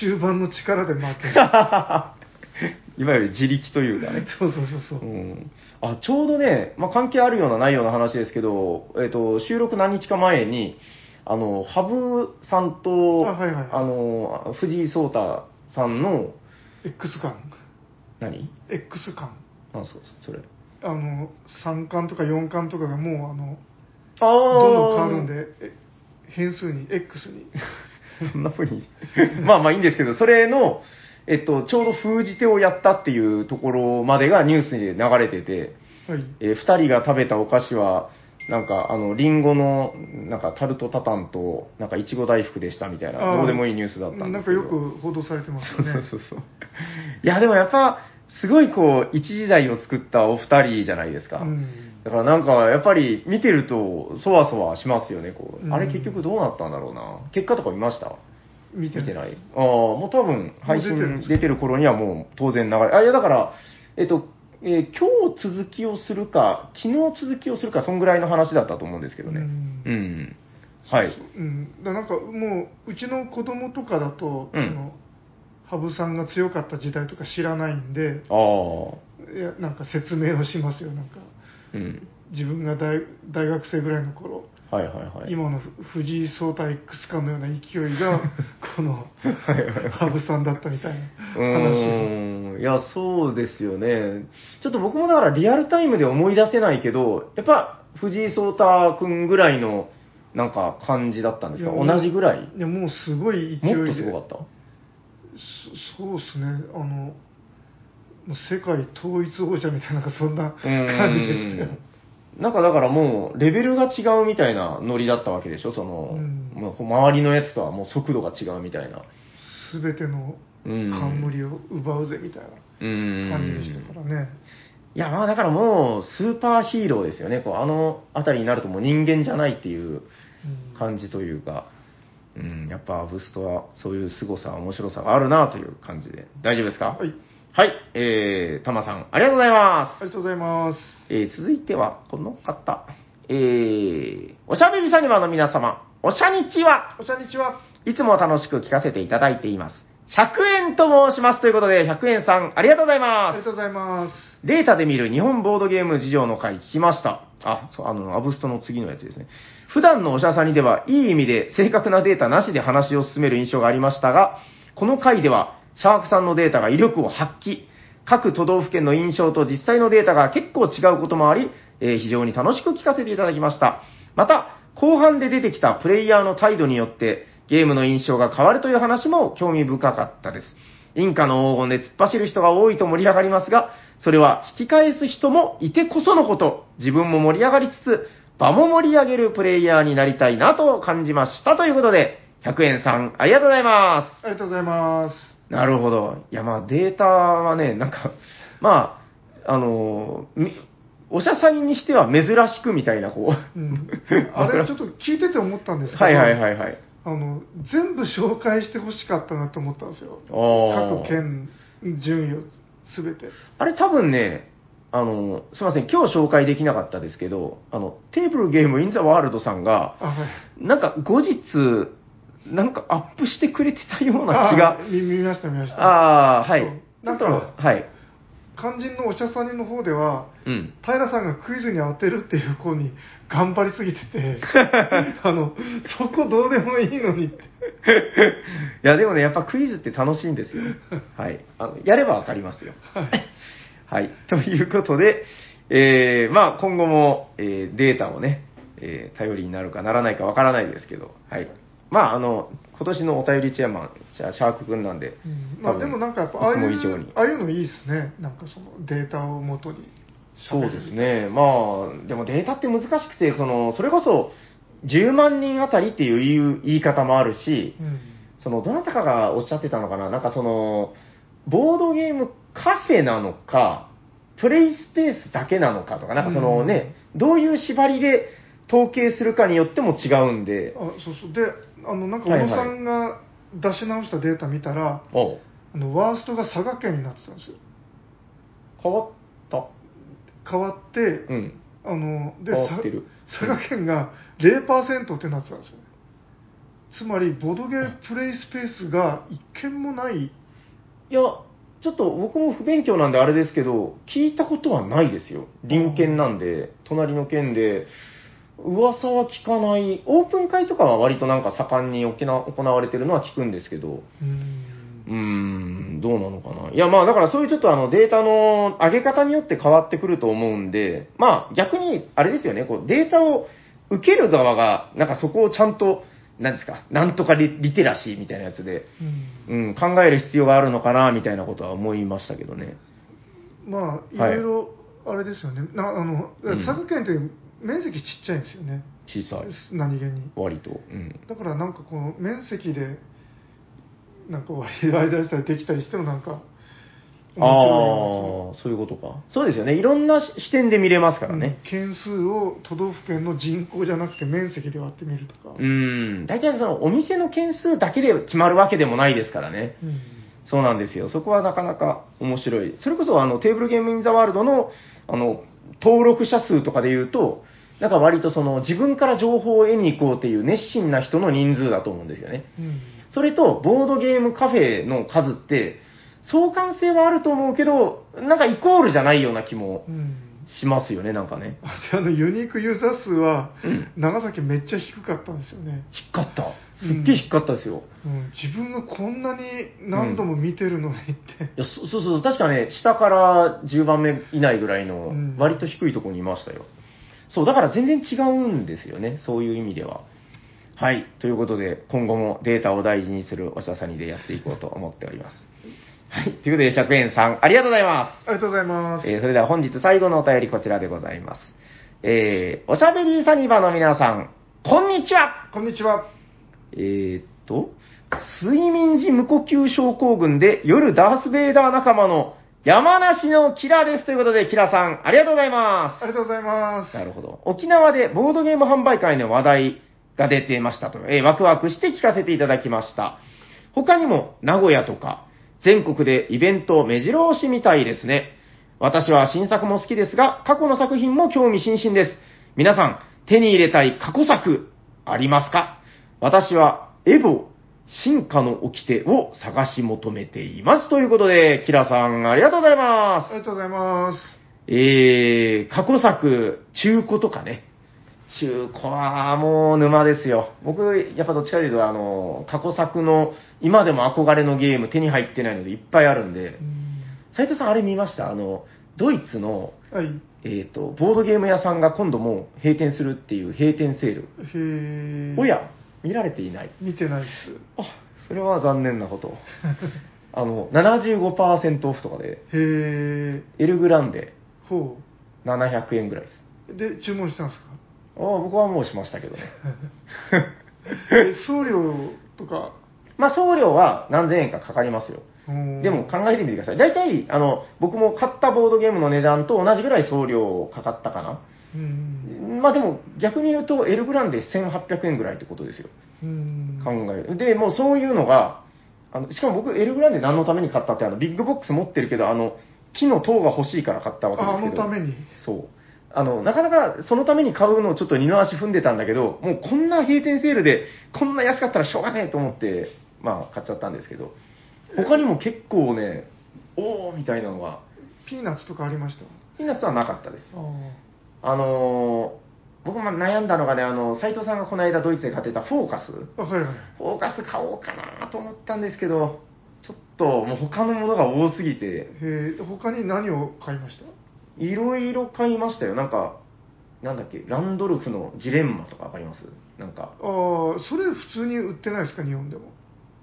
S1: 終盤の力で負ける。
S2: い今より自力というかね。
S1: そうそうそう
S2: う
S1: そう。
S2: んあちょうどね、まあ、関係あるようなないような話ですけど、えっと収録何日か前に、あの羽生さんと
S1: あはいはい
S2: あの藤井聡太さんの、
S1: X 感。
S2: 何
S1: X 感。
S2: なんすか、それ。
S1: あの、3巻とか4巻とかがもう、あの、
S2: あ
S1: どんどん変わるん で、え変数に、X に。
S2: そんな風に。まあまあいいんですけど、それの、えっと、ちょうど封じ手をやったっていうところまでがニュースで流れてて、
S1: はい。
S2: えー二人が食べたお菓子は、なんか、あの、リンゴの、なんか、タルトタタンと、なんか、いちご大福でしたみたいな、
S1: あー
S2: どうでもいいニュースだったんですけど。
S1: なんかよく報道されてますよね。
S2: そうそうそうそう。いや、でもやっぱ、すごいこう、一時代を作ったお二人じゃないですか。
S1: うん
S2: だからなんか、やっぱり見てると、そわそわしますよね、こ
S1: う
S2: う。
S1: ん
S2: あれ結局どうなったんだろうな。結果とか見ました
S1: 見て
S2: 見て
S1: な
S2: ないい。。ああ、もう多分、配
S1: もう出てるん
S2: 信
S1: ですか
S2: 出てる頃にはもう当然流れ、あ、いやだから、えっと、えー今日続きをするか、昨日続きをするか、そんぐらいの話だったと思うんですけどね。
S1: う
S2: うんん。はい。
S1: うん、だからなんかもう、うちの子供とかだと、
S2: うん
S1: その羽生さんが強かった時代とか知らないんで、
S2: ああ、
S1: いやなんか説明をしますよ、なんか、
S2: うん。
S1: 自分が大大学生ぐらいの頃、
S2: はいはいはい。
S1: 今のふ藤井聡太 X 感のような勢い が、この羽生さんだったみたいな
S2: う
S1: 話を。
S2: ーんいや、そうですよね。ちょっと僕もだからリアルタイムで思い出せないけど、やっぱ藤井聡太くんぐらいのなんか感じだったんですか
S1: いや
S2: 同じぐらい
S1: いやもうすごい勢いで、
S2: もっとすごかった
S1: そそうですね、あの、もう世界統一王者みたいな、なんかそんな
S2: うーん
S1: 感じでしたよ。
S2: なんかだからもう、レベルが違うみたいなノリだったわけでしょその、
S1: うん
S2: もう周りのやつとはもう速度が違うみたいな。
S1: すべての冠を奪うぜみたいな感じでしたからね、
S2: いや、まあだからもう、スーパーヒーローですよね。こう、あのあたりになるともう人間じゃないっていう
S1: うん
S2: 感じというか、うん、やっぱアブストはそういう凄さ、面白さがあるなという感じで。大丈夫ですか
S1: はい、
S2: はい、えー、タマさん、ありがとうございま
S1: あ
S2: す
S1: り。がとうございます
S2: えー続いては、この方。えー、おしゃべりサニバの皆様、おしゃにちは。
S1: おしゃにちはい
S2: つも楽しく聞かせていただいています。100円と申しますということで、100円さん、ありがとうござい
S1: あ
S2: ま
S1: り
S2: す
S1: が。とうございます
S2: データで見る日本ボードゲーム事情の回聞きました。あ、そう、あの、アブストの次のやつですね。普段のおしゃさにでは、いい意味で正確なデータなしで話を進める印象がありましたが、この回では、シャークさんのデータが威力を発揮。各都道府県の印象と実際のデータが結構違うこともあり、えー非常に楽しく聞かせていただきました。また、後半で出てきたプレイヤーの態度によって、ゲームの印象が変わるという話も興味深かったです。インカの黄金で突っ走る人が多いと盛り上がりますが、それは引き返す人もいてこそのこと、自分も盛り上がりつつ、場も盛り上げるプレイヤーになりたいなと感じましたということで、100円さん、ありがとうございます。
S1: ありがとうございます
S2: なるほど。いや、まあ、データはね、なんか、まあ、あのーみおしゃさんにしては珍しくみたいな、こう。
S1: うん、あれちょっと聞いてて思ったんですけど、
S2: はいはいはいはい。
S1: あの全部紹介してほしかったなと思ったんですよ
S2: あー
S1: 各県順位をすべて
S2: あれ多分ね、あの、すいません、今日紹介できなかったですけど、あの、テーブルゲームインザワールドさんが、
S1: あはい
S2: なんか後日、なんかアップしてくれてたような気が
S1: あ。見見ました見ました
S2: ああー、はい
S1: そう。
S2: ちょっと
S1: なんか
S2: はい。
S1: 肝心のお茶さんの方では
S2: うん。
S1: 平さんがクイズに当てるっていう子に頑張りすぎて て、あの、そこどうでもいいのにって。
S2: いや、でもね、やっぱクイズって楽しいんで すよ。はい。あのやればわかりますよ。はい。ということで、えー、まあ今後も、えーデータをね、えー頼りになるかならないかわからないですけど、はい。まああの、今年のお便りチェアマン、シャシャーク君なんで、
S1: まあ
S2: 多
S1: で
S2: 分
S1: もなんかやっぱああい
S2: いつも以上
S1: う
S2: に、
S1: ああいうのいいですね。なんかそのデータをもとに。
S2: そうですね、まあ、でもデータって難しくて、そのそれこそ10万人あたりっていう言い方もあるし、
S1: うん。
S2: そのどなたかがおっしゃってたのかな、なんかその、ボードゲームカフェなのか、プレイスペースだけなのかとか、なんかそのね、どういう縛りで統計するかによっても違うんで
S1: あ、そうそう。で、あの、なんか
S2: は
S1: 小
S2: いはい
S1: 野さんが出し直したデータ見たら、
S2: お
S1: あのワーストが佐賀県になってたんですよ。
S2: 変わった。
S1: 変わって、
S2: うん。
S1: あの、で、
S2: 変わ
S1: さ
S2: ってる
S1: 佐賀県が0%ってなってたんですよね。つまり、ボドゲープレイスペースが一軒もない
S2: いや、ちょっと僕も不勉強なんであれですけど、聞いたことはないですよ。隣県なんで、隣の県で、噂は聞かない。オープン会とかは割となんか盛んに沖縄行われてるのは聞くんですけど、
S1: うん
S2: うーん、どうなのかな。いや、まあだからそういうちょっとあのデータの上げ方によって変わってくると思うんで、まあ逆にあれですよね、こうデータを受ける側が、なんかそこをちゃんと、なんですか、なんとかリリテラシーみたいなやつで、
S1: うん
S2: うん、考える必要があるのかな、みたいなことは思いましたけどね。
S1: まあい
S2: はい
S1: ろいろあれですよね、なあの
S2: うん
S1: 佐賀県って面積ちっちゃいんですよね、
S2: 小さい。
S1: 何気に
S2: 割と。うん。
S1: だからなんかこの面積でなんか割り合い出したりできたりしてもなんか
S2: ああー、そういうことか。そうですよね。いろんな視視点で見れますからね。
S1: うん件数を都道府県の人口じゃなくて面積で割ってみるとか、
S2: うん。大体そのお店の件数だけで決まるわけでもないですからね。
S1: うん
S2: そうなんですよ。そこはなかなか面白い。それこそあのテーブルゲームインザワールドのあの登録者数とかで言うと、なんか割とその自分から情報を得に行こうっていう熱心な人の人数だと思うんですよね。
S1: うん
S2: それとボードゲームカフェの数って相関性はあると思うけど、なんかイコールじゃないような気も
S1: うん
S2: しますよね、なんかね。
S1: あとあのユニークユーザー数は
S2: うん。
S1: 長崎めっちゃ低かったんですよね、
S2: 引っかった。すっげえ引っかったですよ。
S1: うん、自分がこんなに何度も見てるのにって、
S2: いやそそうそうそう、確かね、下から10番目以内ぐらいの
S1: うん、
S2: 割と低いところにいましたよ。そう、だから全然違うんですよね、そういう意味では。はい、ということで、今後もデータを大事にするおしゃさにでやっていこうと思っております。はい、ということで、100円さん、ありがとうございます。
S1: ありがとうございます、
S2: えーそれでは本日最後のお便りこちらでございます。えー、おしゃべりサニバの皆さん、こんにちは
S1: こんにちは
S2: えーっと、睡眠時無呼吸症候群で夜ダースベイダー仲間の山梨のキラですということで、キラさん、ありがとうございま
S1: ありがとうございます
S2: す。なるほど。沖縄でボードゲーム販売会の話題が出てましたと、えーワクワクして聞かせていただきました。他にも名古屋とか、全国でイベントを目白押しみたいですね。私は新作も好きですが、過去の作品も興味津々です。皆さん、手に入れたい過去作、ありますか私は、エボ、進化の掟を探し求めています。ということで、キラさん、ありがとうございま
S1: あ
S2: す
S1: り。がとうございます
S2: えー、過去作、中古とかね。中古はもう沼ですよ。僕、やっぱどっちかというと、あの、過去作の、今でも憧れのゲーム手に入ってないのでいっぱいあるんで
S1: う、ん
S2: 斉藤さんあれ見ましたあの、ドイツの、
S1: はい
S2: えっ、と、ボードゲーム屋さんが今度もう閉店するっていう閉店セール。
S1: へえ
S2: おや、見られていない。
S1: 見て ないっす
S2: あ、それは残念なこと。あの、75%オフとかで、
S1: へえ
S2: エルグランデ
S1: ほ
S2: 700円ぐらいです。
S1: うで注文したんです か
S2: ああ、僕はもうしましたけどね。
S1: え送料とか
S2: まあ送料は何千円かかかりますよ。
S1: うん
S2: でも考えてみてください。大体、あの、僕も買ったボードゲームの値段と同じぐらい送料かかったかな。
S1: うん
S2: まあでも逆に言うと、エルグランデ1800円ぐらいってことですよ。
S1: うん
S2: 考える。で、もうそういうのが、あのしかも僕、エルグランデ何のために買ったって、あの、ビッグボックス持ってるけど、あの、木の塔が欲しいから買ったわけ
S1: ああ
S2: です
S1: の
S2: けど。
S1: ために
S2: そう。あの、なかなかそのために買うのをちょっと二の足踏んでたんだけど、もうこんな閉店セールで、こんな安かったらしょうがねえと思って、まあ買っちゃったんですけど、他にも結構ね、おーみたいなのが、
S1: ピーナッツとかありました
S2: ピーナッツはなかったです。
S1: ああ
S2: あのー僕も悩んだのがね、あの、斎藤さんがこの間ドイツで買ってたフォーカス。
S1: あはいはい
S2: フォーカス買おうかなと思ったんですけど、ちょっともう他のものが多すぎて、
S1: へえ他に何を買いました
S2: いろいろ買いましたよ。なんか、なんだっけ、ランドルフのジレンマとかわかりますなんか、
S1: ああそれ普通に売ってないですか日本でも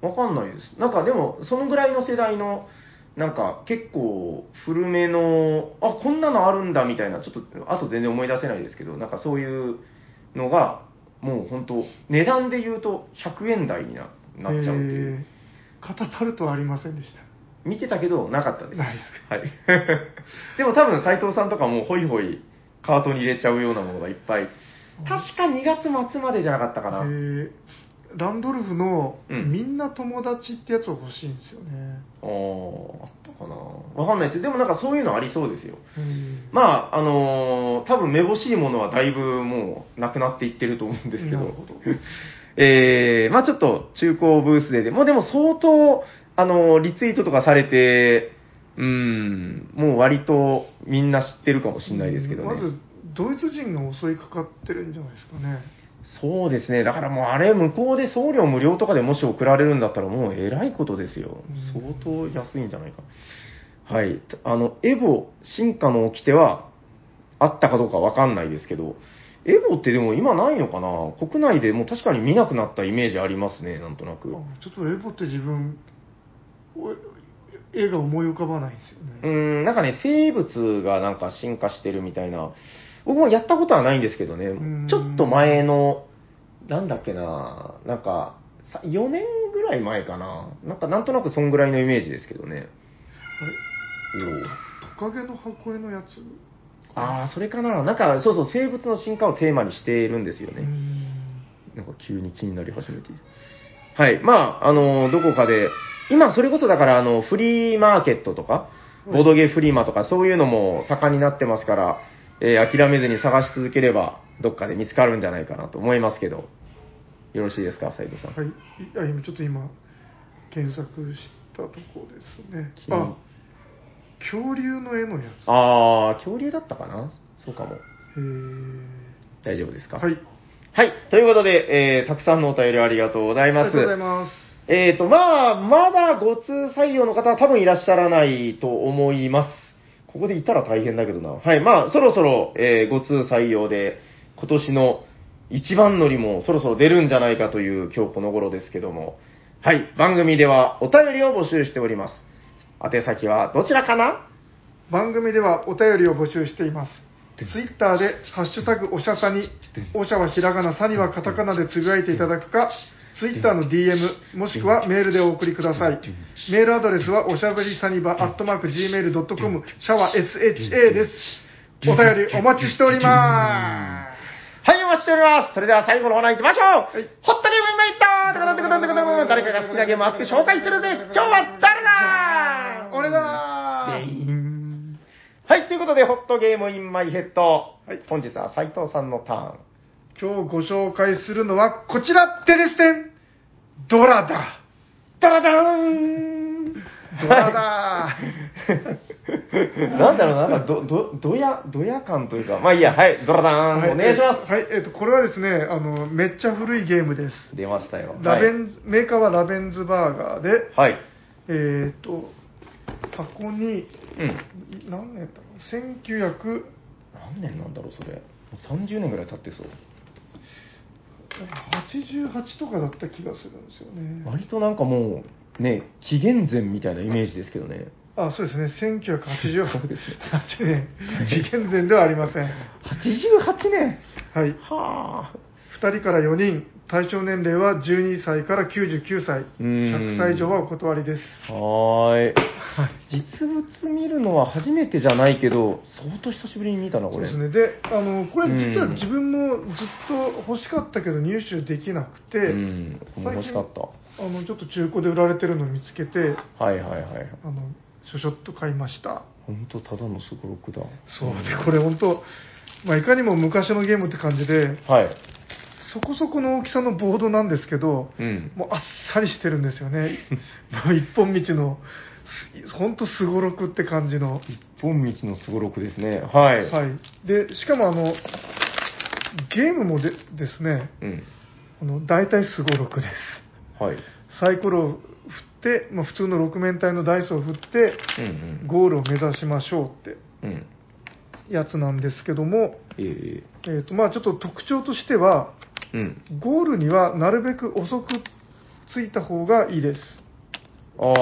S2: わかんないです。なんかでも、そのぐらいの世代の、なんか結構古めの、あ、こんなのあるんだみたいな、ちょっと、あと全然思い出せないですけど、なんかそういうのが、もう本当値段で言うと100円台にななっちゃうっていう。
S1: へえカタパルトはありませんでした
S2: 見てたけど、なかったです。
S1: ないで
S2: はい。 でも多分、斉藤さんとかも、ホイホイ、カートに入れちゃうようなものがいっぱい。確か2月末までじゃなかったかな。
S1: えーランドルフの「
S2: うん
S1: みんな友達」ってやつを欲しいんですよね、
S2: あーあったかな。わかんないです。でもなんかそういうのありそうですよ。
S1: うん
S2: まあ、あのー多分、めぼしいものはだいぶもう、なくなっていってると思うんですけど。
S1: なるほど
S2: えーまあちょっと、中古ブースでで、もうでも相当、あのーリツイートとかされて、
S5: うん。
S2: もう割とみんな知ってるかもしれないですけどね。
S1: まず、ドイツ人が襲いかかってるんじゃないですかね。
S2: そうですね。だからもうあれ、向こうで送料無料とかでもし送られるんだったらもうえらいことですよ
S1: うん。
S2: 相当安いんじゃないか。はい。あの、エボ、進化の掟はあったかどうかわかんないですけど、エボってでも今ないのかな国内でもう確かに見なくなったイメージありますね、なんとなく。
S1: あちょっとエボって自分、お絵が思い浮かばないですよ
S2: う
S1: ね。
S2: ん、なんかね、生物がなんか進化してるみたいな、僕もやったことはないんですけど
S1: ん
S2: ね、ちょっと前の、なんだっけな、なんか、さ4年ぐらい前かな、なんかなんとなくそんぐらいのイメージですけどね。
S1: あれトカゲの箱絵のやつ、
S2: おああ、それかな、なんかそうそう、生物の進化をテーマにしているんですよ
S1: う
S2: ね。
S1: ん
S2: なんか急に気になり始めている。はい、まあ、あの、どこかで、今それこそだから、あの、フリーマーケットとか、ボードゲーフリーマとかそういうのも盛んになってますから、えー諦めずに探し続ければ、どっかで見つかるんじゃないかなと思いますけど、よろしいですか、斉藤さん。
S1: はい、いあ今ちょっと今、検索したとこですね。
S2: 気に
S1: あ恐竜の絵のやつ。
S2: あー、恐竜だったかなそうかも。
S1: へ
S2: 大丈夫ですか
S1: ーはい、あり
S2: はいということで、えーたくさんのお便りをありがとうございま
S1: が
S2: す
S1: とうご。ざいます。
S2: えーと、まあ、まだご通採用の方は多分いらっしゃらないと思います。ここでいたら大変だけどな。はい、まあ、そろそろ、えーご通採用で、今年の一番乗りもそろそろ出るんじゃないかという今日この頃ですけども。はい、番組ではお便りを募集しております。宛先はどちらかな
S1: 番組ではお便りを募集しています。ツイッターで、ハッシュタグおしゃさに、おしゃはひらがな、さにはカタカナでつぶやいていただくか、ツイッターの DM、もしくはメールでお送りください。メールアドレスは、おしゃべりさにば、アットマーク、gmail.com、シャワー SHA です。お便りお待ちしておりま
S2: はい、お待ちしております。それでは最後のコーナー行きましょう。
S1: はい
S2: ホットリムメイトテコトンテコトンテコトン誰かが好きなゲームを熱く紹介するぜ今日は誰だ
S1: す。俺だー
S2: はい、ということで、ホットゲームインマイヘッド。
S1: い
S2: 本日は斉藤さんのターン。
S1: 今日ご紹介するのは、こちら、テレステン、ドラだ。
S2: ダラダラーン
S1: ドラだー。
S2: なんだろうな、なんかど、ど、どや、どや感というか。まあいいや、はい、ドラダーン、
S1: はい
S2: お願いしま
S1: はい、えっと、これはですね、あの、めっちゃ古いゲームです。
S2: す。出ましたよ。
S1: ラベンズ、メーカーはラベンズバーガーで、
S2: はい。はい。
S1: えっと、箱に、
S2: うん。
S1: 何年だろう、1900、
S2: 何年なんだろう、それ。30年ぐらい経ってそう。
S1: 88とかだった気がするんですよね。
S2: 割となんかもう、ね、紀元前みたいなイメージですけどね。
S1: あ、そうですね。
S2: そう
S1: 1988
S2: です
S1: 年。紀元前ではありません。
S2: 88年
S1: はい。
S2: はあ。
S1: 2人から4人、対象年齢は12歳から99歳、
S2: うーん
S1: 100歳以上はお断りです。
S2: はーい。実物見るのは初めてじゃないけど、相当久しぶりに見たな、
S1: そ
S2: こ
S1: う
S2: れ。
S1: ですね、であのこれ、
S2: うん
S1: 実は自分もずっと欲しかったけど、入手できなくて、
S2: うん僕も欲しかった
S1: 最近あのちょっと中古で売られてるのを見つけて、
S2: はいはいはい。
S1: あのしょしょっと買いました、
S2: ほんとただのすごろくだ。
S1: そうでこれ、本当、まあ、いかにも昔のゲームって感じで、
S2: はい。
S1: そこそこの大きさのボードなんですけど、
S2: うん。
S1: もうあっさりしてるんですよね、 もう一本道の、本当、すごろくって感じの。
S2: 本道のすごろくですね。はい。
S1: はい、でしかもあのゲームもでですね、
S2: うん。
S1: あの大体すごろくです
S2: はい。
S1: サイコロを振って、まあ、普通の6面体のダイスを振って
S2: うん
S1: ゴールを目指しましょうっ
S2: うん。うん。
S1: てやつなんですけども、
S2: え
S1: えーとまあ、ちょっと特徴としては
S2: えうん。
S1: ゴールにはなるべく遅くついた方がいいです
S2: ああ、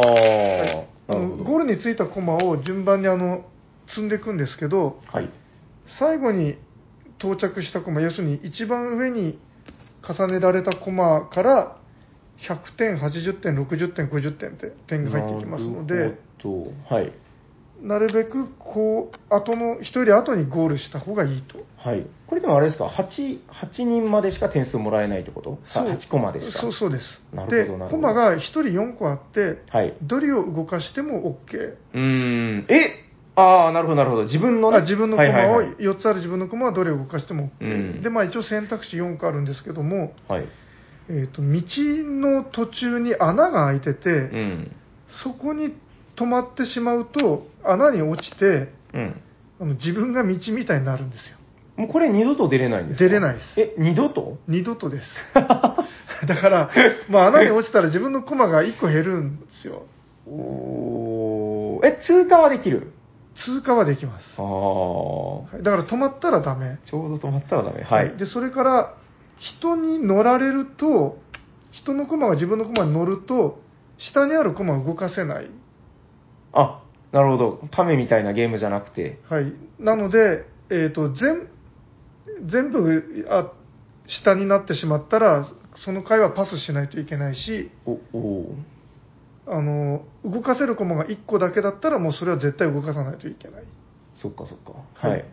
S1: あの
S2: なるほど。
S1: ゴールについた駒を順番にあの積んでいくんですけど
S2: はい。
S1: 最後に到着した駒要するに一番上に重ねられた駒から100点80点60点50点って点が入っていきますので
S2: なるほど。はい。
S1: なるべくこう後の人より後にゴールした方がいいと
S2: はい。これでもあれですか、8、8人までしか点数もらえないってこと
S1: そう
S2: さ ?8 個までしか。
S1: そうそうです
S2: なるほどな
S1: で
S2: るほ
S1: 駒
S2: ど
S1: が1人4個あって
S2: はい。
S1: どれを動かしても OK
S2: うーん。えああ、なるほど、なるほど。自分のね
S1: あ自分の
S2: は
S1: 駒
S2: いはい
S1: を
S2: はい
S1: 4つある自分の駒はどれを動かしても OK、
S2: うん
S1: でまあ一応選択肢4個あるんですけども、
S2: はい。
S1: えー、と道の途中に穴が開いてて、
S2: うん。
S1: そこに止まってしまうと、穴に落ちて、
S2: うん。
S1: あの自分が道みたいになるんですよ。
S2: もうこれ二度と出れないんですか
S1: 出れないです
S2: え、二度 と
S1: 二度とです。だから、まあ、穴に落ちたら自分のコマが1個減るんですよ。
S2: おーえ、通過はできる
S1: 通過はできます。
S2: ああ。ちょ
S1: はいだから止まったらダメ。
S2: うど止まったらダメ。はい。
S1: で、それから、人に乗られると、人のコマが自分のコマに乗ると、下にあるコマを動かせない。
S2: あ、なるほど。パメみたいなゲームじゃなくて。
S1: はい。なので、えっ、と、全、全部、あ、下になってしまったら、その回はパスしないといけないし、
S2: お、お
S1: あの、動かせるコマが1個だけだったら、もうそれは絶対動かさないといけない。
S2: ーそっかそっか。はい。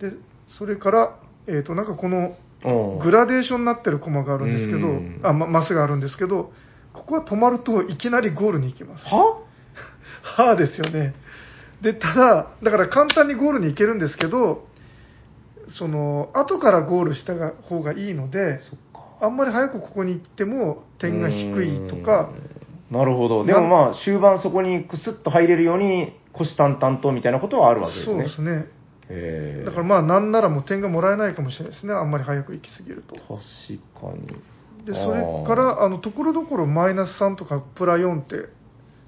S1: で、それから、えっ、と、なんかこの、
S2: うん
S1: グラデーションになってるコマがあるんですけ
S2: う
S1: ど
S2: ん、
S1: あ、ま、マスがあるんですけど、ここは止まるといきなりゴールに行きます。
S2: は
S1: はあですよね。で、ただ、だから簡単にゴールに行けるんですけど、その、後からゴールしたが方がいいので、
S2: そっか。
S1: あんまり早くここに行っても点が低いとか、
S2: うん。なるほど。でもまあ、終盤そこにクスッと入れるように、虎視眈々とみたいなことはあるわけです
S1: そう
S2: ね。
S1: ですね。
S2: へー
S1: だからまあ、なんならもう点がもらえないかもしれないですね。あんまり早く行きすぎると。
S2: 確かに。
S1: で、
S2: あー
S1: それか、ら、あの、ところどころマイナス3とかプラ4って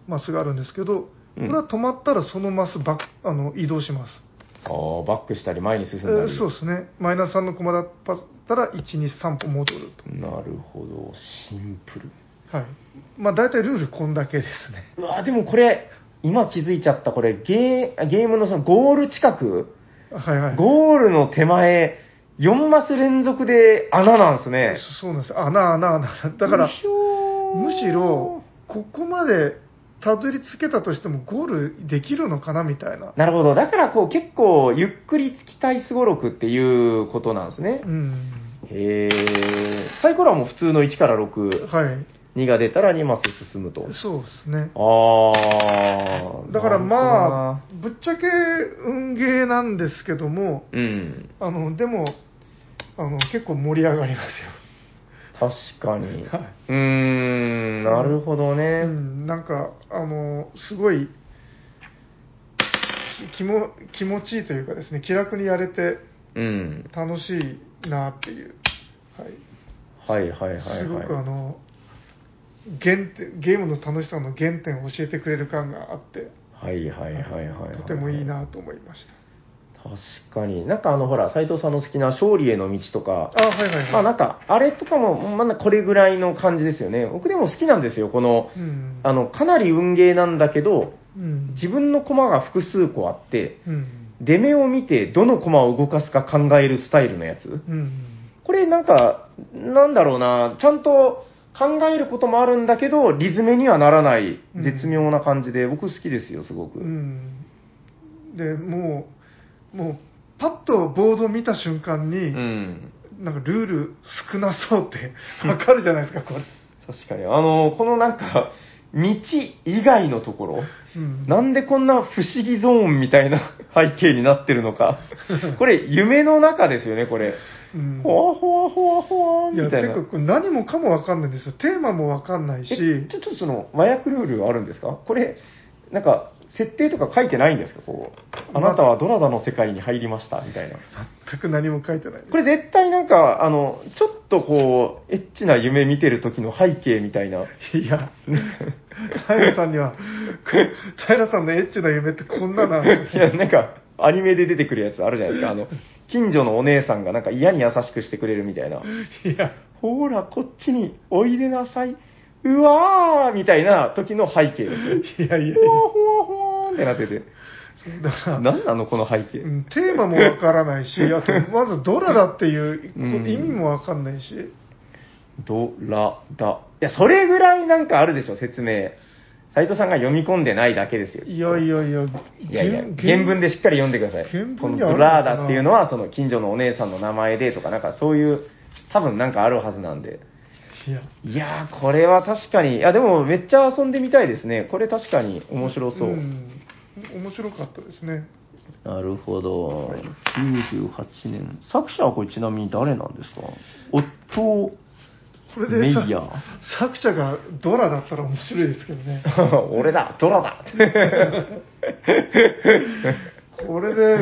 S1: マスがあるんですけど、これは止まったらそのマスバックあの移動します。
S2: あーバックしたり前に進ん
S1: え
S2: だり。
S1: ーそうですね。マイナス3の駒だったら、1、2、3歩戻ると。
S2: なるほど。シンプル。
S1: はい。まあ大体ルールこんだけですね。
S2: うわでもこれ、今気づいちゃった、これ、ゲー、ゲームのそのゴール近く、
S1: はいはい。
S2: ゴールの手前、4マス連続で穴なんですね。
S1: そそうなんです。穴、穴、穴。だから、むしろ、ここまでたどり着けたとしてもゴールできるのかなみたいな。
S2: なるほど。だからこう結構、ゆっくりつきたいすごろくっていうことなんですね
S1: う。ん。
S2: へえ。サイコロはもう普通の1から6、
S1: はい。
S2: 2が出たら2マス進むと。
S1: そうですね。
S2: あー。
S1: だからま
S2: あ。
S1: あ、ぶっちゃけ運ゲーなんですけども、
S2: うん。
S1: あの、でも、あの、結構盛り上がりますよ。
S2: 確か に。
S1: はいう
S2: ーん、なるほどね。
S1: うん、なんか、あの、すごい、き気も気持ちいいというかですね、気楽にやれて
S2: うん。
S1: 楽しいなっていう、はい、
S2: はいはいはい、はい。
S1: すごくあの、原点、ゲームの楽しさの原点を教えてくれる感があって、
S2: はいはいはいはいはい。
S1: とてもいい。なと思いまし
S2: 確かに。なんかあのほら、斎藤さんの好きな勝利への道とか、
S1: た。あ、はいはいはい。
S2: まあなんか、あれとかも、まだこれぐらいの感じですよね。僕でも好きなんですよ。この、
S1: うん、
S2: あの、かなり運ゲーなんだけど、
S1: うん、
S2: 自分の駒が複数個あって、
S1: うん、
S2: 出目を見てどの駒を動かすか考えるスタイルのやつ。
S1: うん、
S2: これなんか、なんだろうな、ちゃんと考えることもあるんだけど、リズメにはならない絶妙な感じで、僕好きですよ、すごく。
S1: うん、でもう、もう、パッとボードを見た瞬間に、
S2: うん
S1: なんかルール少なそうって わかるじゃないですか、これ。
S2: 確かに。あの、このなんか、道以外のところ、
S1: うん
S2: なんでこんな不思議ゾーンみたいな 背景になってる のか。これ、夢の中ですよね、これ。
S1: うん
S2: ほわほわほわほわ、
S1: い
S2: み
S1: や、
S2: たい
S1: て
S2: な。
S1: かこれ何もかもわかんないんですよ。テーマもわかんないし、
S2: えちょっとその、麻薬ルールはあるんですかこれ、なんか、設定とか書いてないんですかこう、あなたはドラダの世界に入りました、みたいな。
S1: 全く何も書いてないです。
S2: これ絶対なんか、あの、ちょっとこう、エッチな夢見てる時の背景みたいな。
S1: いや、平さんには、平さんのエッチな夢ってこんななの
S2: いや、なんか、アニメで出てくるやつあるじゃないですか。あの、近所のお姉さんがなんか嫌に優しくしてくれるみたいな。
S1: いや、
S2: ほら、こっちにおいでなさい。うわーみたいな時の背景ですよ。
S1: いやいやいや
S2: ほわほわほわーってなってて。
S1: だから、
S2: 何なのこの背
S1: う
S2: 景。
S1: んテーマもわからない し、あと、まずドラだっていう
S2: うん
S1: 意味もわかんないし、
S2: ドラダ。いや、それぐらいなんかあるでしょ、説明。斉藤さんが読み込んでないだけですよ。
S1: いやいやいや、
S2: いやいや、原文でしっかり読んでください。
S1: 原文に
S2: この
S1: あるの
S2: ブ
S1: かな
S2: ラーダっていうのは、その近所のお姉さんの名前でとか、なんかそういう、多分なんかあるはずなんで。
S1: いや、
S2: いやー、これは確かに、いや、でもめっちゃ遊んでみたいですね。これ確かに面白そう。
S1: ん、面白かったですね。
S2: なるほど。98年。作者はこれちなみに誰なんですか夫、
S1: こそれ
S6: メ
S1: で
S6: イ
S1: さ
S6: ヤー
S1: 作者がドラだったら面白いですけどね
S2: 俺だ、ドラだ。
S1: これで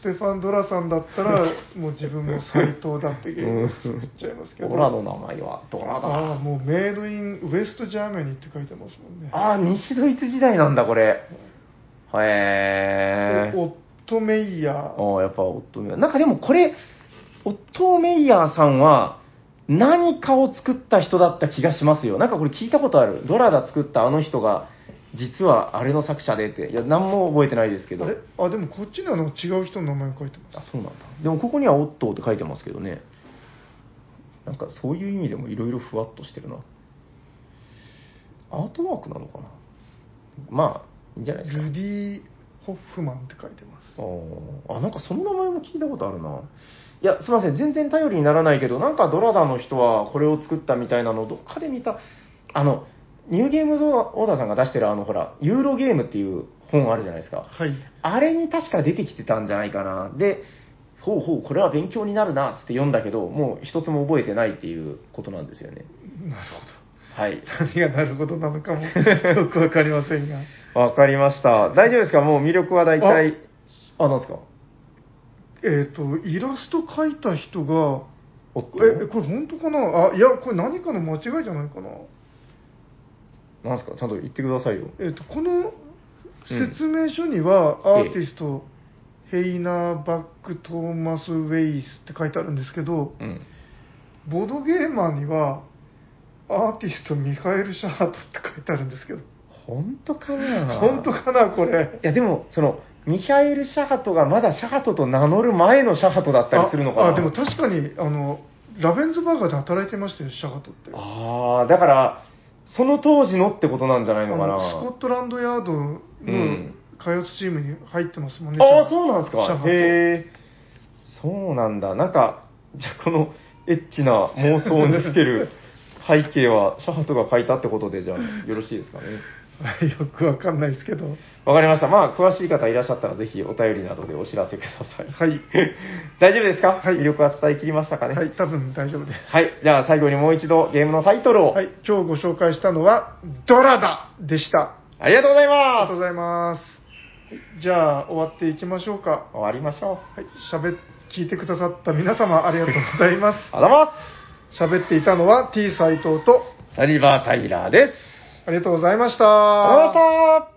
S1: ステファン・ドラさんだった らもう自分も斎藤だって言っちゃいますけど
S2: ドラの名前はドラだ。
S1: ああもうメイド・イン・ウエスト・ジャーメニーって書いてますもんね
S2: ああ、西ドイツ時代なんだ、これ。へえ。
S1: オット・メイヤー
S2: ああ、やっぱオットーメイヤー。なんかでもこれ、オットーメイヤーさんは、何かを作った人だった気がしますよ。なんかこれ聞いたことある。ドラダ作ったあの人が、実はあれの作者でって。いや、何も覚えてないですけど。
S1: あれあでもこっちにはなんか違う人の名前が書いてま
S2: あそうなんだでもここには「オットー」って書いてますけどねなんかそういう意味でもいろいろふわっとしてるなアートワークなのかなまあいいんじゃないですすか
S1: ルディ・ホッフマンって書いてます
S2: あーあなんかその名前も聞いたことあるないやすいません全然頼りにならないけどなんかドラダの人はこれを作ったみたいなのをどっかで見たあのニューゲームズオーダーさんが出してるあのほらユーロゲームっていう本あるじゃないですか
S1: はい
S2: あれに確か出てきてたんじゃないかな。で、ほうほう、これは勉強になるな、つって読んだけど、もう一つも覚えてないっていうことなんですよね。
S1: なるほど
S2: はい。
S1: 何がなるほどなのかもよくわかりませんが
S2: わかりました。大丈夫ですかもう魅力は大体。あ、なんですか
S1: えっ、とイラスト描いた人が
S2: おっと
S1: えこれ本当かなあいやこれ何かの間違いじゃないかな
S2: なんですかちゃんと言ってくださいよ。
S1: えっ、とこの説明書には、アーティスト、ヘイナー・バック・トーマス・ウェイスって書いてあるんですけど、
S2: うん。
S1: ボードゲーマーにはアーティストミカエル・シャートって書いてあるんですけど
S2: 本当かな
S1: 本当かなこれ
S2: いや、でも、その、ミハエル・シャハトがまだシャハトと名乗る前のシャハトだったりするのかな
S1: ああでも確かにあのラベンズバーガーで働いてましたよシャートって
S2: あーだから、その当時のってことなんじゃないのかな
S1: あのスコットランドヤードの
S2: ん
S1: 開発チームに入ってますもんね。
S2: ああ、そうなんです
S1: シャ
S2: か
S1: ハ。ト
S2: へえ。そうなんだ。なんか、じゃあこのエッチな妄想を見つけ る背景は、シャハトが書いたってことで、じゃあ、よろしいですかね。
S1: はい よくわかんないですけど。
S2: わかりました。まあ、詳しい方いらっしゃったら、ぜひお便りなどでお知らせください。
S1: はい。
S2: 大丈夫ですか、
S1: はい
S2: 魅力は伝えきりましたかね。
S1: はい、多分大丈夫です。
S2: はい。じゃあ、最後にもう一度ゲームのタイトルを。
S1: はい、今日ご紹介したのは、ドラダでした。
S2: ありがとうござ
S1: あ
S2: い
S1: り
S2: ま
S1: がとうございます。じゃあ、終わっていきましょうか
S2: す。。終わりましょう。
S1: はい、喋っ、聞いてくださった皆様ありがとうございます。
S2: ありがとうございま
S1: 喋っていたのは T 斎藤と、
S2: す。サリバー・タイラーです。
S1: ありがとうございまし
S2: ありがとうございました。